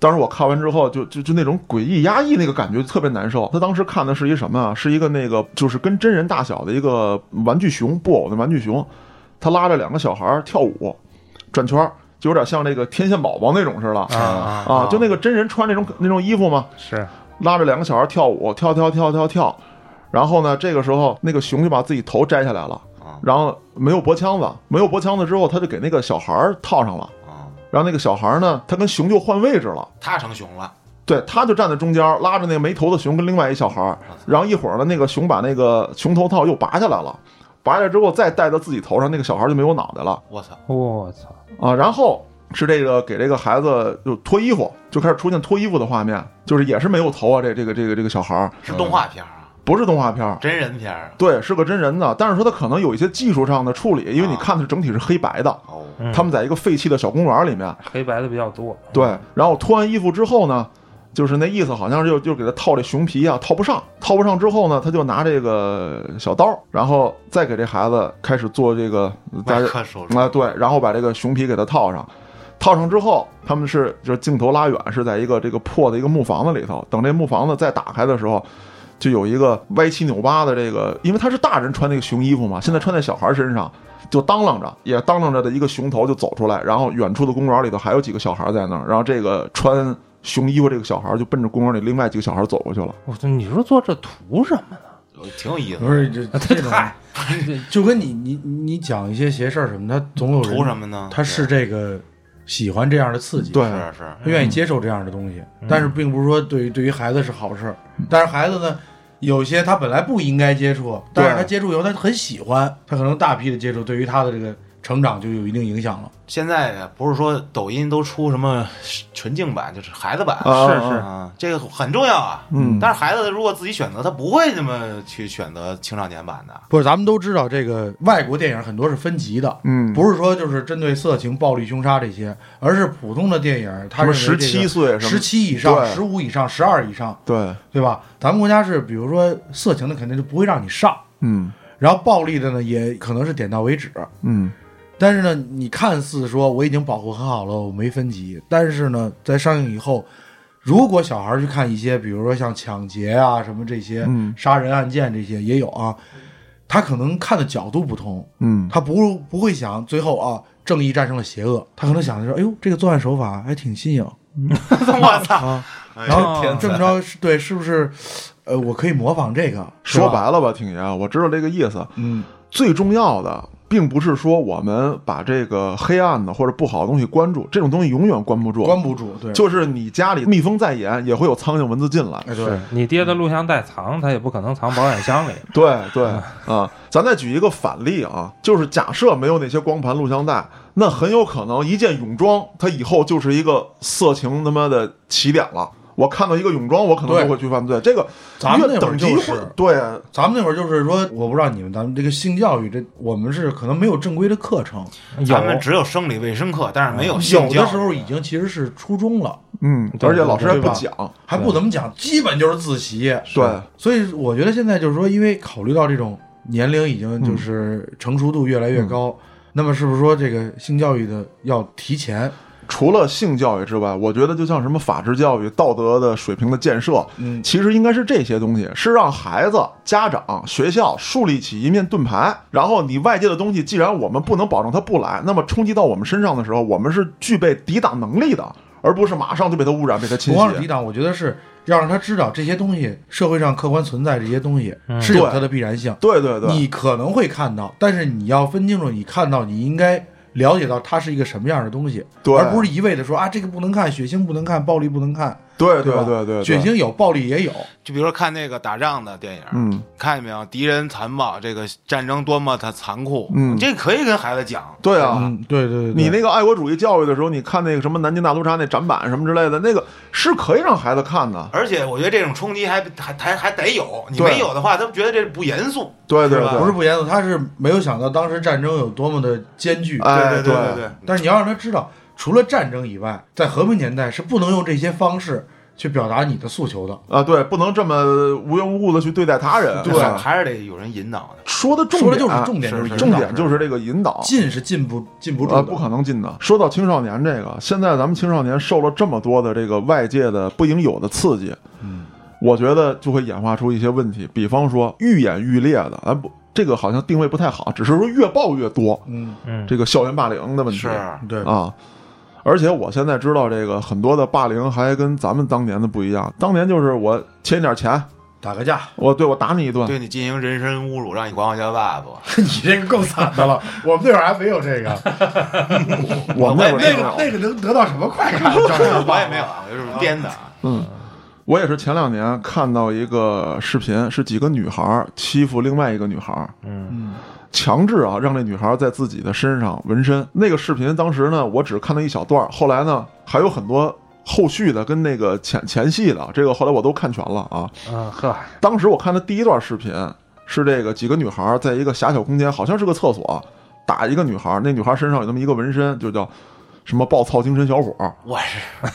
B: 当时我看完之后就，就就那种诡异压抑那个感觉就特别难受。他当时看的是一什么啊？是一个那个就是跟真人大小的一个玩具熊布偶的玩具熊，他拉着两个小孩儿跳舞，转圈儿，就有点像那个天线宝宝那种似的。
C: 啊啊
B: 啊，就那个真人穿那种那种衣服嘛，
C: 是，
B: 拉着两个小孩跳舞，跳跳跳跳跳，然后呢，这个时候那个熊就把自己头摘下来了，
A: 啊
B: 然后没有脖腔子，没有脖腔子之后，他就给那个小孩儿套上了，
A: 啊，
B: 然后那个小孩儿呢，他跟熊就换位置了。
A: 他成熊了，
B: 对，他就站在中间，拉着那个没头的熊跟另外一小孩儿，然后一会儿呢，那个熊把那个熊头套又拔下来了，拔下来之后再戴到自己头上，那个小孩儿就没有脑袋了
A: 我操！
C: 我操，
B: 啊。然后是这个给这个孩子就脱衣服，就开始出现脱衣服的画面，就是也是没有头啊，这这个这个这个小孩儿
C: 嗯
A: 是动画片儿啊，
B: 不是动画片儿，
A: 真人片儿啊。
B: 对，是个真人的，但是说他可能有一些技术上的处理，因为你
A: 啊
B: 看的是整体是黑白的，
A: 哦，
C: 嗯
B: 他们在一个废弃的小公园里面，
C: 黑白的比较多。
B: 对，然后脱完衣服之后呢，就是那意思，好像是又又给他套这熊皮啊，套不上，套不上之后呢，他就拿这个小刀，然后再给这孩子开始做这个在
A: 外科手术
B: 啊，对，然后把这个熊皮给他套上，套上之后，他们是就是镜头拉远，是在一个这个破的一个木房子里头，等这木房子再打开的时候。就有一个歪七扭八的这个，因为他是大人穿那个熊衣服嘛，现在穿在小孩身上，就当啷着，也当啷着的一个熊头就走出来，然后远处的公园里头还有几个小孩在那儿，然后这个穿熊衣服这个小孩就奔着公园里另外几个小孩走过去了。
C: 我说你说做这图什么呢？
A: 挺有意思
C: 嗯
D: 不。是嗯这这种，
C: 嗨，
D: 就跟你你你讲一些邪事儿什么，他总有人
A: 图什么呢？
D: 他是这个喜欢这样的刺激，
B: 对，
A: 是是，
D: 他愿意接受这样的东西，但是并不是说对于对于孩子是好事儿。但是孩子呢，有些他本来不应该接触，但是他接触以后他很喜欢，他可能大批的接触，对于他的这个成长就有一定影响了。
A: 现在不是说抖音都出什么纯净版，就是孩子版，
B: 啊
C: 是是
A: 啊，这个很重要啊。
B: 嗯
A: 但是孩子如果自己选择，他不会那么去选择青少年版的。
D: 不是，咱们都知道这个外国电影很多是分级的，
B: 嗯，
D: 不是说就是针对色情、暴力、凶杀这些，而是普通的电影，它
B: 什么
D: 认为
B: 十七岁什么
D: 十七以上、
B: 对
D: 十五以上、十二以上，
B: 对，
D: 对吧？咱们国家是，比如说色情的肯定就不会让你上，
B: 嗯
D: 然后暴力的呢也可能是点到为止。
B: 嗯
D: 但是呢，你看似说我已经保护很好了，我没分级，但是呢，在上映以后，如果小孩去看一些，比如说像抢劫啊什么这些、
B: 嗯
D: 杀人案件这些也有啊，他可能看的角度不同，
B: 嗯，
D: 他不不会想最后啊正义战胜了邪恶，他可能想的是，哎呦，这个作案手法还挺新颖，
A: 我操！
D: 啊，
A: 哎
D: 然后
C: 天
D: 这么着是对，是不是？呃，我可以模仿这个，是
B: 说
D: 吧，
B: 白了吧，挺爷，我知道这个意思。
D: 嗯，
B: 最重要的，并不是说我们把这个黑暗的或者不好的东西关住，这种东西永远关不住。
D: 关不住，对，
B: 就是你家里密封再严，也会有苍蝇蚊子进来。
D: 哎对
C: 是，你爹的录像带藏，他也不可能藏保险箱里。
B: 对对啊，咱再举一个反例啊，就是假设没有那些光盘录像带，那很有可能一件泳装，它以后就是一个色情他妈的起点了。我看到一个泳装，我可能
D: 对
B: 就会去犯罪。这个
D: 咱们
B: 越
D: 那会
B: 等
D: 儿
B: 级
D: 就是
B: 会对
D: 咱们那会儿就是说，我不知道你们，咱们这个性教育这，我们是可能没有正规的课程，
C: 有
A: 咱们只有生理卫生课，但是没有性
D: 有
A: 教育
D: 的时候已经其实是初中了，
B: 嗯，
C: 对
B: 而且老师还
D: 对
B: 不
D: 吧
B: 讲，
D: 还不怎么讲，基本就是自习。
B: 对
D: 所以我觉得现在就是说，因为考虑到这种年龄已经
B: 嗯
D: 就是成熟度越来越高，那么是不是说这个性教育的要提前？
B: 除了性教育之外，我觉得就像什么法治教育、道德的水平的建设，
D: 嗯
B: 其实应该是这些东西，是让孩子、家长、学校树立起一面盾牌。然后你外界的东西，既然我们不能保证它不来，那么冲击到我们身上的时候，我们是具备抵挡能力的，而不是马上就被它污染、被它侵
D: 不光是抵
B: 袭。
D: 挡，我觉得是要让他知道这些东西，社会上客观存在这些东西、
A: 嗯
D: 是有它的必然性。
B: 对对对，
D: 你可能会看到，但是你要分清楚，你看到你应该了解到它是一个什么样的东西，
B: 对
D: 而不是一味的说啊这个不能看，血腥不能看，暴力不能看，
B: 对
D: 吧？
B: 对对对，
D: 血腥有，暴力也有，
A: 就比如说看那个打仗的电影，
B: 嗯，
A: 看见没有？敌人残暴，这个战争多么的残酷，
B: 嗯
A: 这可以跟孩子讲。
B: 对啊。
D: 嗯，对对对，对
B: 你那个爱国主义教育的时候，你看那个什么南京大屠杀那展板什么之类的，那个是可以让孩子看的。
A: 而且我觉得这种冲击还还还还得有，你
B: 对
A: 没有的话，他们觉得这不严肃。
B: 对对
A: 是吧
B: 对，
D: 不是不严肃，他是没有想到当时战争有多么的艰巨。
B: 哎
A: 对对
B: 对
A: 对对，
D: 但是你要让他知道，除了战争以外，在和平年代是不能用这些方式去表达你的诉求的。
B: 啊，对，不能这么无缘无故的去对待他人。
D: 对
B: 啊
A: 还是得有人引导的。
B: 说的重
D: 说
B: 点
D: 的就是重点，
A: 是
D: 就是是
A: 是
B: 重
D: 引导
B: 点就是这个引导，
D: 进是进不进不住
B: 啊，
D: 的，
B: 不可能进的。说到青少年这个，现在咱们青少年受了这么多的这个外界的不应有的刺激，
D: 嗯，
B: 我觉得就会演化出一些问题，比方说愈演愈烈的，咱不这个好像定位不太好，只是说越爆越多，
D: 嗯，
C: 嗯，
B: 这个校园霸凌的问题
A: 是，
D: 对，
B: 啊。而且我现在知道，这个很多的霸凌还跟咱们当年的不一样。当年就是我欠你点钱，
D: 打个架，
B: 我对我打你一顿，
A: 对你进行人身侮辱，让你管我叫爸 爸。
D: 你这个够惨的了。我们那会儿还没有这个，
B: 我们那
A: 哎
B: 会儿
A: 那
B: 也没有
A: 个
D: 那个能得到什么快感？啊
A: 我也没有，我就是编的 啊。
B: 嗯，我也是前两年看到一个视频，是几个女孩儿欺负另外一个女孩儿，
C: 嗯
D: 嗯，
B: 强制啊让这女孩儿在自己的身上纹身。那个视频当时呢，我只看到一小段儿，后来呢还有很多后续的跟那个前前戏的，这个后来我都看全了啊。
C: 嗯呵，
B: 当时我看的第一段视频是这个几个女孩儿在一个狭小空间，好像是个厕所，打一个女孩儿，那女孩儿身上有那么一个纹身，就叫什么暴躁精神小伙儿。
A: 我是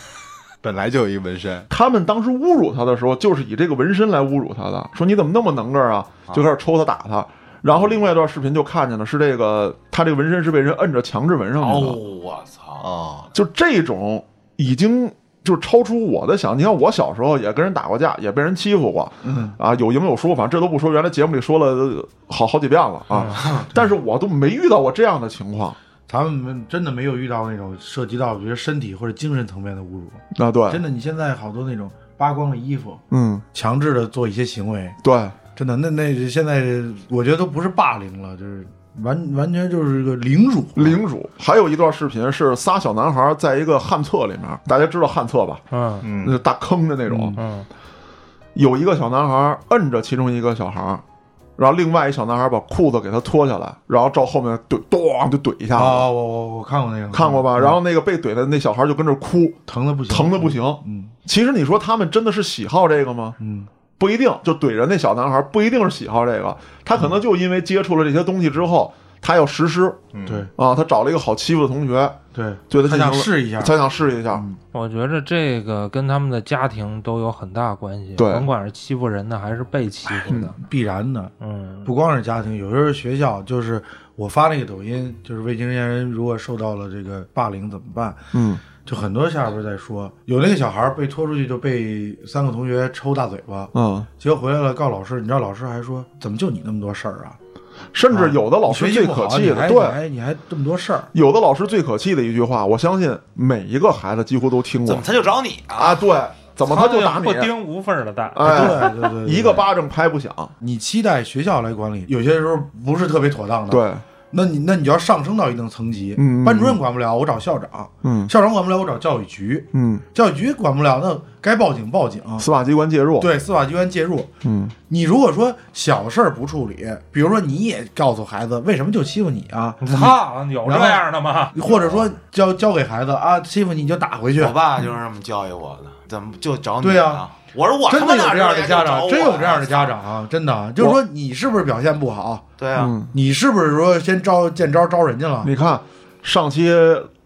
E: 本来就有一纹身，
B: 他们当时侮辱他的时候，就是以这个纹身来侮辱他的，说你怎么那么能个儿啊，就开始抽他打他。然后另外一段视频就看见了，是这个他这个纹身是被人摁着强制纹
D: 嗯
B: 上
A: 哦，
B: 去的，
A: 我操！
E: 哦，
B: 就这种已经就是超出我的想。你看我小时候也跟人打过架，也被人欺负过，嗯啊，有赢有输，反正这都不说，原来节目里说了呃好好几遍了啊，但是我都没遇到过这样的情况
D: 咱们真的没有遇到那种涉及到我觉得身体或者精神层面的侮辱，
B: 啊，对
D: 真，的。你现在好多那种扒光了衣服，
B: 嗯，
D: 强制的做一些行为，
B: 对。
D: 真的，那那现在我觉得都不是霸凌了，就是完完全就是个凌辱。
B: 领主，还有一段视频是仨小男孩在一个旱厕里面，大家知道旱厕吧？
C: 嗯
B: 那
E: 嗯
B: 就大坑的那种。
C: 嗯
B: 有一个小男孩摁着其中一个小孩儿，然后另外一小男孩把裤子给他脱下来，然后照后面怼，咣就怼一下子，
D: 啊，我我我看过那个，
B: 看过吧？然后那个被怼的那小孩就跟着哭，
D: 疼的嗯不行，
B: 疼的不。行。
D: 嗯
B: 其实你说他们真的是喜好这个吗？
D: 嗯，
B: 不一定，就怼着那小男孩不一定是喜好这个，他
D: 嗯
B: 可能就因为接触了这些东西之后，他要实施
D: 对
B: 啊，他找了一个好欺负的同学，
D: 对，
B: 对他进
D: 嗯他
B: 行
D: 想
B: 了
D: 试一下，
B: 他想试一下。
D: 嗯
C: 我觉着这个跟他们的家庭都有很大关系，
B: 对
C: 甭管是欺负人的还是被欺负的，
D: 必然的。
C: 嗯
D: 不光是家庭，有时候学校就是我发那个抖音，就是未成年人如果受到了这个霸凌怎么办？
B: 嗯，
D: 就很多下边在说，有那个小孩被拖出去就被三个同学抽大嘴巴，
B: 嗯，
D: 结果回来了告老师，你知道老师还说怎么就你那么多事儿啊？
B: 甚至有的老
D: 学
B: 师
D: 习
B: 最
D: 不
B: 可
D: 好，
B: 气
D: 你
B: 的，
D: 还你
B: 对，
D: 还你还这么多事儿，
B: 有的老师最可气的一句话，我相信每一个孩子几乎都听
A: 怎
B: 过
A: 么他就找你啊？
B: 啊，对，怎么他就打
C: 不
B: 你？
C: 丁无缝的蛋，
B: 哎，
D: 对对嗯对，对
B: 一个。巴掌拍不响，
D: 你期待学校来管理，有些时候不是特别妥当的。，
B: 对，
D: 那你那你就要上升到一定层级，
B: 嗯嗯
D: 班主任管不了，我找校长；
B: 嗯
D: 校长管不了，我找教育局；
B: 嗯，
D: 教育局管不了，那该报警报警。
B: 司法机关介入，，
D: 对，司法机关介入。
B: 嗯，
D: 你如果说小事儿不处理，比如说你也告诉孩子为什么就欺负你啊，
C: 操，有这样的吗？
D: 或者说教教给孩子啊，欺负你你就打回去
A: 我。爸就是这么教育我的，怎么就找你？
D: 对
A: 啊
D: 啊，
A: 我说我
D: 真
A: 他
D: 的
A: 妈
D: 有
A: 哪
D: 这
A: 知
D: 样
A: 道
D: 的家长，
A: 人
D: 真
A: 家就找我
D: 有这样的家长啊！真的啊，就是说你是不是表现不好？
A: 对啊，
B: 嗯，
D: 你是不是说先招见招招人家了？
B: 你看上期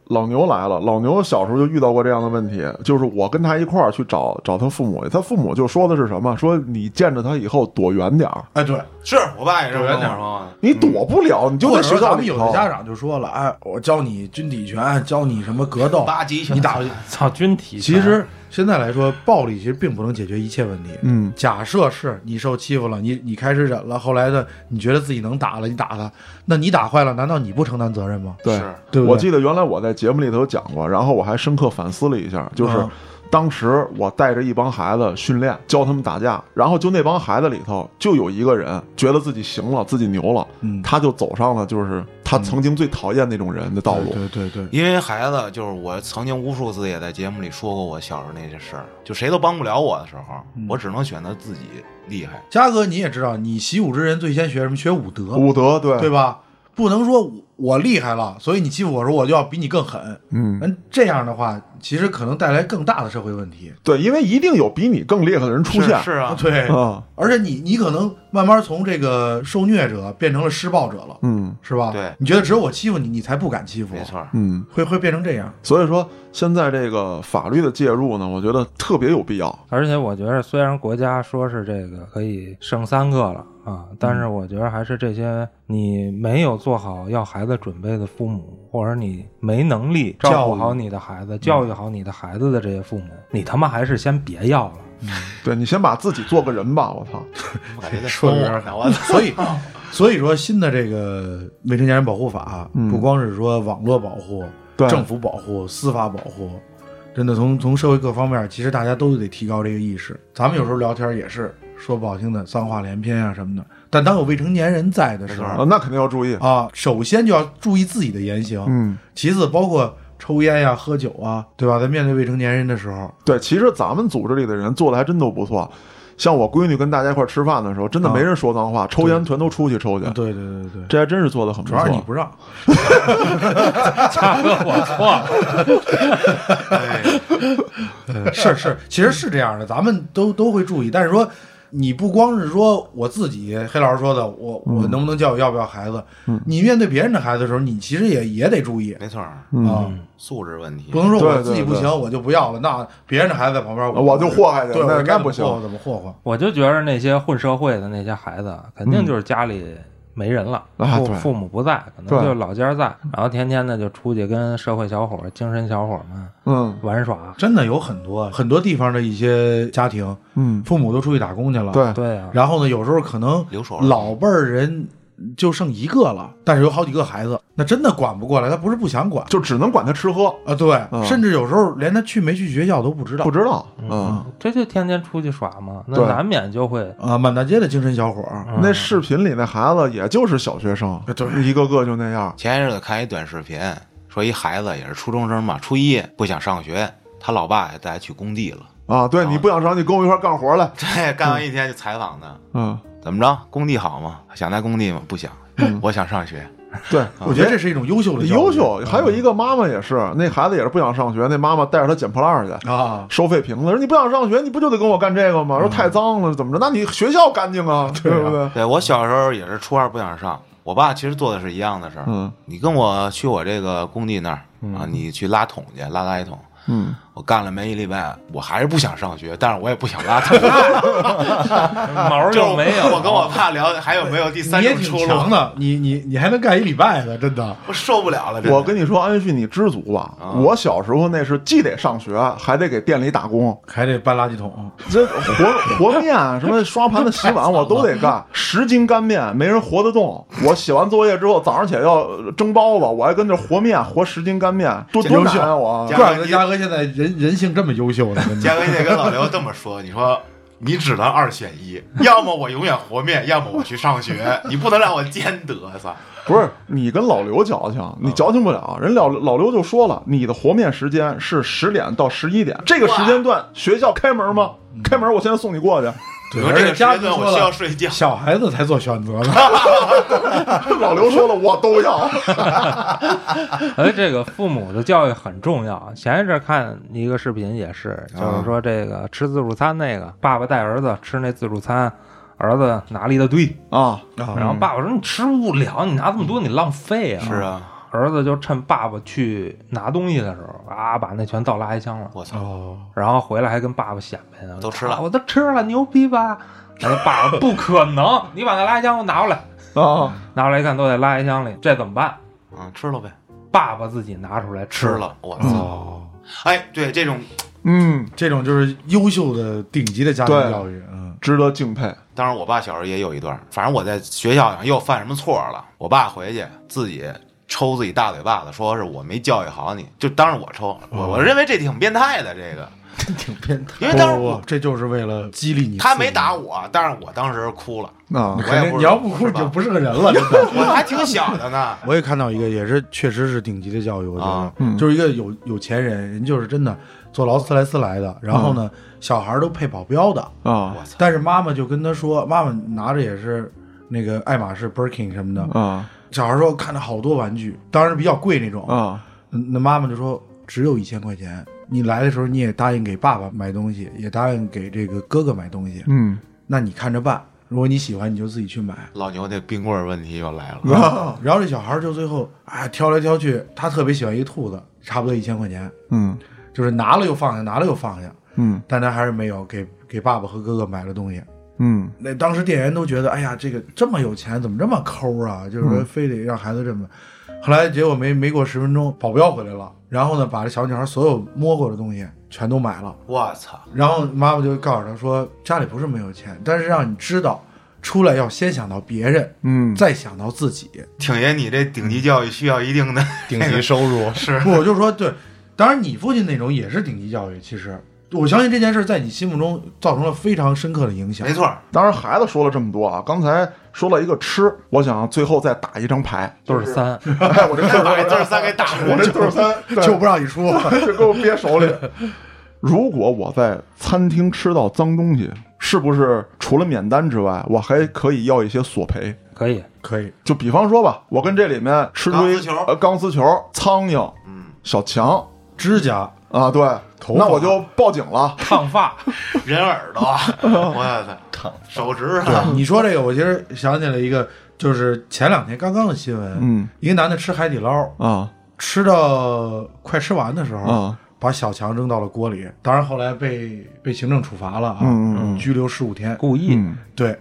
B: 老牛来了，老牛小时候就遇到过这样的问题，就是我跟他一块儿去找找他父母，他父母就说的是什么？说你见着他以后躲远点儿，
D: 哎，对，
A: 是我爸也这么跟我说的。
B: 你躲不了，你就
D: 或
B: 在
D: 者
B: 学
D: 说
B: 校
D: 咱们
B: 里
D: 有
B: 头
A: 哦
D: 的。家长就说了，哎，我教你军体拳，教你什么格斗，
A: 八级拳
D: 哦你打回去。
C: 操，军体
D: 其实现在来说，暴力其实并不能解决一切问题。
B: 嗯，
D: 假设是你受欺负了，你你开始忍了，后来的你觉得自己能打了，你打他，那你打坏了，难道你不承担责任吗？
B: 对。
A: 是
D: 对不对？
B: 我记得原来我在节目里头讲过，然后我还深刻反思了一下，就是
D: 嗯
B: 当时我带着一帮孩子训练，教他们打架，然后就那帮孩子里头就有一个人觉得自己行了，自己牛了，
D: 嗯
B: 他就走上了就是他曾经最讨厌那种人的道路。
D: 对对对，
A: 因为孩子，就是我曾经无数次也在节目里说过我小时候那些事儿，就谁都帮不了我的时候，
D: 嗯
A: 我只能选择自己厉害。
D: 嘉哥你也知道，你习武之人最先学什么？学武德，
B: 武德对，
D: 嗯对吧？不能说我我厉害了，所以你欺负我时候我就要比你更狠。
B: 嗯，
D: 那这样的话，其实可能带来更大的社会问题。
B: 对，因为一定有比你更厉害的人出现
A: 是是啊，
D: 对，
B: 啊，
D: 而且你你可能慢慢从这个受虐者变成了施暴者了，
B: 嗯
D: 是吧？
A: 对
D: 你觉得只有我欺负你，你才不敢欺负
A: 没
D: 我，
A: 错。
B: 嗯。
D: 会会变成这 样。
B: 所以说，现在这个法律的介入呢，我觉得特别有必要。
C: 而且我觉得，虽然国家说是这个可以剩三个了啊，
B: 嗯
C: 但是我觉得还是这些你没有做好要孩子准备的父母，或者你没能力照顾好你的孩子、教育好你的孩子的这些父母，你他妈还是先别要了。
B: 对你先把自己做个人吧，我操！
A: 我感觉在
D: 说
A: 说
D: 得
A: 我
D: 有点
A: 呢，我
D: 所以，所以说新的这个未成年人保护法，啊
B: 嗯
D: 不光是说网络保护、
B: 对
D: 政府保护、司法保护，真的从从社会各方面，其实大家都得提高这个意识。咱们有时候聊天也是说不好听的脏话连篇啊什么的，但当有未成年人在的时
B: 啊
D: 候，
B: 那肯定要注意。
D: 啊，首先就要注意自己的言行，
B: 嗯，
D: 其次包括抽烟呀、喝酒啊，对吧？在面对未成年人的时候，
B: 对，其实咱们组织里的人做的还真都不错。像我闺女跟大家一块儿吃饭的时候，真的
D: 啊
B: 没人说脏话，抽烟全都出去抽去，
D: 对对对对对。
B: 这还真是做的很不
D: 主要是你
B: 错。
D: 不让，
C: 大哥，我错 了。
D: 哎是是，其实是这样的，咱们都都会注意。但是说，你不光是说我自己，黑老师说的，我
B: 嗯
D: 我能不能教育，要不要孩子？你面对别人的孩子的时候，你其实也也得注意
A: 没错，
D: 啊，
A: 素质问题
D: 不。能说
B: 对
D: 我
B: 对
D: 自己不
B: 对
D: 行，我就不要了。那别人的孩子在旁边，
B: 我就祸害去
D: 对，
B: 那
D: 我
B: 那
D: 该
B: 不
D: 不
B: 行
D: 我怎么霍霍？
C: 我就觉得那些混社会的那些孩子，肯定就是家里没人了，
B: 嗯啊
C: 父
B: 对
C: 父母不在，可能
B: 对
C: 就是老家在，然后天天的就出去跟社会小伙儿、精神小伙儿们
B: 嗯
C: 玩耍。
D: 真的有很多很多地方的一些家庭，
B: 嗯，
D: 父母都出去打工去了，
B: 对，
C: 对啊，
D: 然后呢，有时候可能
A: 留守儿童
D: 老辈儿人就剩一个了，但是有好几个孩子，那真的管不过来，他不是不想管
B: 就只能管他吃喝，
D: 啊，对，
B: 嗯
D: 甚至有时候连他去没去学校都不知道
B: 不知道
D: 嗯
B: 啊。
C: 这就天天出去耍嘛，那
B: 对
C: 难免就会
D: 啊，满大街的精神小伙儿，
B: 那视频里那孩子也就是小学生，
D: 哎
B: 一个个就那样。
A: 前些日子看一短视频，说一孩子也是初中生嘛，初一不想上学，他老爸也带他去工地了。
B: 啊，对你不想上，你跟我一块儿干活 来。
A: 对，干完一天就采访他，
B: 嗯，
A: 怎么着？工地好吗？想在工地吗？不想，我想上学。
B: 对，
D: 我觉得这是一种优秀的教育啊
B: 优秀。还有一个妈妈也是，那孩子也是不想上学，那妈妈带着他捡破烂儿去，
D: 啊，
B: 收废瓶子，说你不想上学，你不就得跟我干这个吗？说太脏了，怎么着？那你学校干净啊，嗯对不对？
A: 对我小时候也是初二不想上，我爸其实做的是一样的事儿。
B: 嗯
D: 嗯
A: 你跟我去我这个工地那儿啊，你去拉桶去，拉垃圾桶。
B: 嗯，
A: 我干了没一礼拜，我还是不想上学，但是我也不想拉 肚子，
C: 毛儿
A: 就是
C: 就没有。
A: 我跟我爸聊，还有没有第三
D: 你也
A: 种出
D: 挺强
A: 路？
D: 的，你你你还能干一礼拜呢，真的。
A: 我受不了了，真的
B: 我跟你说，安旭，你知足吧。
A: 啊
B: 我小时候那是既得上学，还得给店里打工，
D: 还得搬垃圾桶，
B: 这和和面啊什么刷盘子、洗碗我都得 干，十斤干面没人活得动。我写完作业之后，早上起来要蒸包子，我还跟着和面和十斤干面，多多
D: 优秀
B: 难啊我
A: 加！
D: 怪不得嘉哥现在人人性这么优秀呢，真的。
A: 嘉哥，你得跟老刘这么说，你说你只能二选一， 要么我永远和面，要么我去上学， 你不能让我兼得，操！
B: 不是你跟老刘矫情，你矫情不了。人老老刘就说了，你的和面时间是十点到十一点，这个时间段学校开门吗？开门，我现在送你过去。
A: 你
D: 对，
A: 说
D: 而
A: 这
D: 且
A: 个时
D: 嘉
A: 间
D: 哥
A: 段
D: 说
A: 我需要
D: 了，
A: 睡觉，
D: 小孩子才做选择 呢。
B: 老刘说了，我都要。
C: 哎，这个父母的教育很重要。前一阵看一个视频也是，
A: 啊
C: 就是说这个吃自助餐那个，爸爸带儿子吃那自助餐，儿子拿了一大堆，
B: 啊，
C: 然后爸爸说：“你吃不了，你拿这么多，你浪费啊。”
A: 嗯是。啊，
C: 儿子就趁爸爸去拿东西的时候啊，把那全倒垃圾箱了，
A: 我操，
D: 哦，
C: 然后回来还跟爸爸显摆呢，
A: 都吃了
C: 啊我都吃了，牛逼吧？哎，爸爸不可能，你把那垃圾箱给我拿过来，
B: 啊，
C: 拿过来一看都在垃圾箱里，这怎么办？
A: 嗯，吃了呗，
C: 爸爸自己拿出来
A: 吃
C: 吃，
A: 了，我操！
D: 哦，
A: 哎，对，这种
B: 嗯，
D: 这种就是优秀的顶级的家庭
B: 对
D: 教育，嗯，
B: 值得敬佩。
A: 当然，我爸小时候也有一段，反正我在学校上又犯什么错了，我爸回去自己抽自己大嘴巴子，说是我没教育好你，就当然我抽，我我认为这挺变态的，这个，
E: 真挺变态。
A: 因为当时
D: 不不
A: 我
D: 不这就是为了激励你。
A: 他没打，我，但是我当时哭了，
B: 啊
A: 我
D: 你，
A: 也
D: 肯定
A: 不
D: 你
A: 知道
D: 要不哭
A: 是
D: 你
A: 吧
D: 就不是个人了，真 的。
A: 我还挺小的呢，
D: 我也看到一个，也是确实是顶级的教育，我觉
A: 啊
D: 得，就是一个有有钱人，人就是真的坐劳斯莱斯来
A: 嗯
D: 的，然后呢，小孩儿都配保镖的，
B: 啊
A: 我操，
D: 但是妈妈就跟他说，妈妈拿着也是那个爱马仕、Birkin 什么的，
B: 啊
D: 小孩说看着好多玩具，当然比较贵那种，
B: 啊！
D: 嗯那妈妈就说只有一千块钱。你来的时候你也答应给爸爸买东西，也答应给这个哥哥买东西，
B: 嗯，
D: 那你看着办。如果你喜欢，你就自己 去买。
A: 老牛那冰棍儿问题又来了，
D: 嗯然后这小孩儿就最后啊、挑来挑去，他特别喜欢一兔子，差不多一千块钱，
B: 嗯
D: 就是拿了又放下，拿了又放下，
B: 嗯
D: 但他还是没有给给爸爸和哥哥买了东西。
B: 嗯
D: 那当时店员都觉得，哎呀，这个这么有钱，怎么这么抠啊？就是
B: 嗯
D: 说非得让孩子这么。后来结果没没过十分钟，保镖回来了，然后呢，把这小女孩所有摸过的东西全都买了。
A: 我操，
D: 然后妈妈就告诉她说，家里不是没有钱，但是让你知道，出来要先想到别人，
B: 嗯，
D: 再想到自己。
A: 挺爷，你这顶级教育需要一定 的
E: 顶级收 入
A: 是
D: 不，我就说对，当然你父亲那种也是顶级教育，其实我相信这件事在你心目中造成了非常深刻的影响
A: 没。错儿，
B: 当然，孩子说了这么多啊，刚才说了一个吃，我想最后再打一张牌。
C: 都是三，
B: 哎，我这字
A: 再把
B: 儿，
A: 这字儿三给打出
B: 我
A: 来。
B: 这字儿三，
D: 就不让你说，
B: 对 就给我憋手里。如果我在餐厅吃到脏东西，是不是除了免单之外，我还可以要一些索赔？
C: 可以。
D: 可以，
B: 就比方说吧，我跟这里面吃出
A: 钢
B: 一
A: 丝球
B: 呃 钢丝球、苍蝇、
A: 嗯，
B: 小强
D: 指甲
B: 啊，对，
D: 头发
B: 那我就报警了。
C: 烫发，
A: 人耳朵，啊 我操，手指
B: 啊
A: 啊头，
D: 你说这个，我其实想起来一个，就是前两天刚刚的新闻，
B: 嗯
D: 一个男的吃海底捞，
B: 啊
D: 吃到快吃完的时候，
B: 啊
D: 把小强扔到了锅里，当然后来被被行政处罚了啊，
B: 嗯嗯嗯
D: 拘留十五天。
C: 故意、
B: 嗯
D: 对，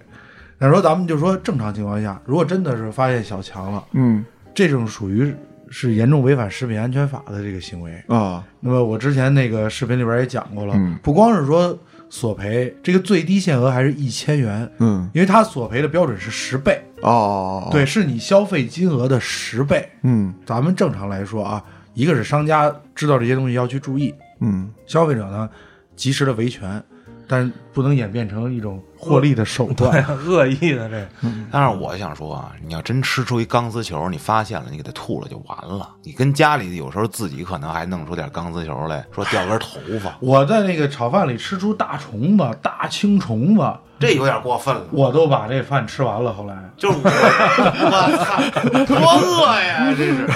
D: 那说咱们就说正常情况下，如果真的是发现小强了，
B: 嗯
D: 这种属于是严重违反食品安全法的这个行为。
B: 啊
D: 那么我之前那个视频里边也讲过了，
B: 嗯
D: 不光是说索赔，这个最低限额还是一千元，
B: 嗯
D: 因为他索赔的标准是十倍，
B: 哦，
D: 对，是你消费金额的十倍。
B: 嗯
D: 咱们正常来说啊，一个是商家知道这些东西要去注意，
B: 嗯
D: 消费者呢及时的维权，但不能演变成一种获利的手段。
C: 对，恶意的这个，
A: 但是我想说啊，你要真吃出一钢丝球，你发现了，你给它吐了就完了。你跟家里有时候自己可能还弄出点钢丝球来，说掉根头 发，
D: 我在那个炒饭里吃出大虫子、大青虫子，
A: 这有点过分了。
D: 我都把这饭吃完了。后来
A: 就是我， 我操，多饿呀！这是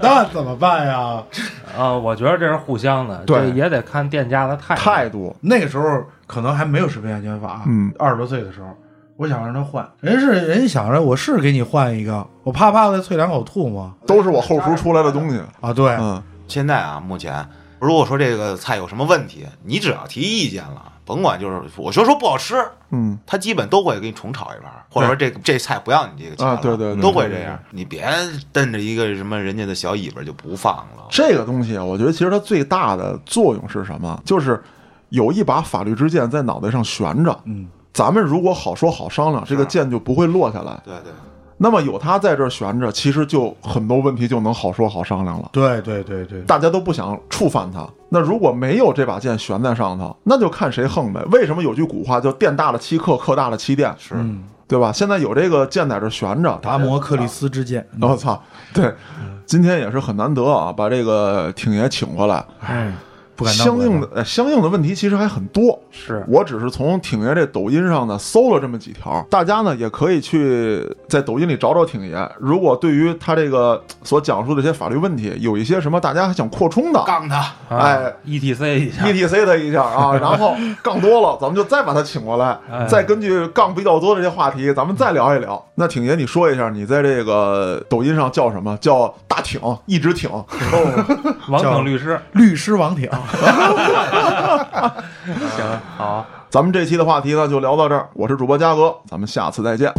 D: 那怎么办呀？
C: 呃，我觉得这是互相的，
B: 对
C: 这也得看店家的态度。
B: 态度
D: 那个时候可能还没有食品安全法，啊
B: 嗯，
D: 二十多岁的时候，我想让他换，人是人想着我是给你换一个，我啪啪的啐两口吐沫
B: 都是我后厨出来的东西。
D: 啊，对，
B: 嗯
A: 现在啊，目前。如果说这个菜有什么问题，你只要提意见了，甭管就是我说说不好吃，
B: 嗯，
A: 他基本都会给你重炒一盘儿，或者说这个这菜不要你这个钱了，
B: 啊对对对
A: 都会这样。你别瞪着一个什么人家的小尾巴就不放了。
B: 这个东西，我觉得其实它最大的作用是什么？就是有一把法律之剑在脑袋上悬着。
D: 嗯，
B: 咱们如果好说好商量，这个剑就不会落下来。
A: 对对，
B: 那么有它在这儿悬着，其实就很多问题就能好说好商量了。
D: 对对对对，
B: 大家都不想触犯它。那如果没有这把剑悬在上头，那就看谁横呗。为什么有句古话叫“店大了欺客，客大了欺店
A: 是、
D: 嗯，”，
B: 对吧？现在有这个剑在这儿悬着，
D: 达摩克里斯之剑，
B: 我、操，对，今天也是很难得啊，把这个挺爷请过来，
D: 哎，不敢当，
B: 相应
D: 不敢
B: 的呃相应的问题其实还很多。
C: 是
B: 我只是从挺爷这抖音上呢搜了这么几条，大家呢也可以去在抖音里找找挺爷。如果对于他这个所讲述的这些法律问题有一些什么大家还想扩充的，，E
A: 杠他。
B: 哎
C: 啊，ETC ，E 一下
B: ETC 他一下 啊，然后杠多了，咱们就再把他请过来，
C: 哎
B: 再根据杠比较多的这些话题，咱们再聊一聊。那挺爷，你说一下，你在这个抖音上叫什么？叫大挺，一直挺，
C: 王
D: 叫
C: 挺律师，
D: 当。律师王挺，
C: 行，好。
B: 咱们这期的话题呢就聊到这儿，我是主播嘉哥，咱们下次再见。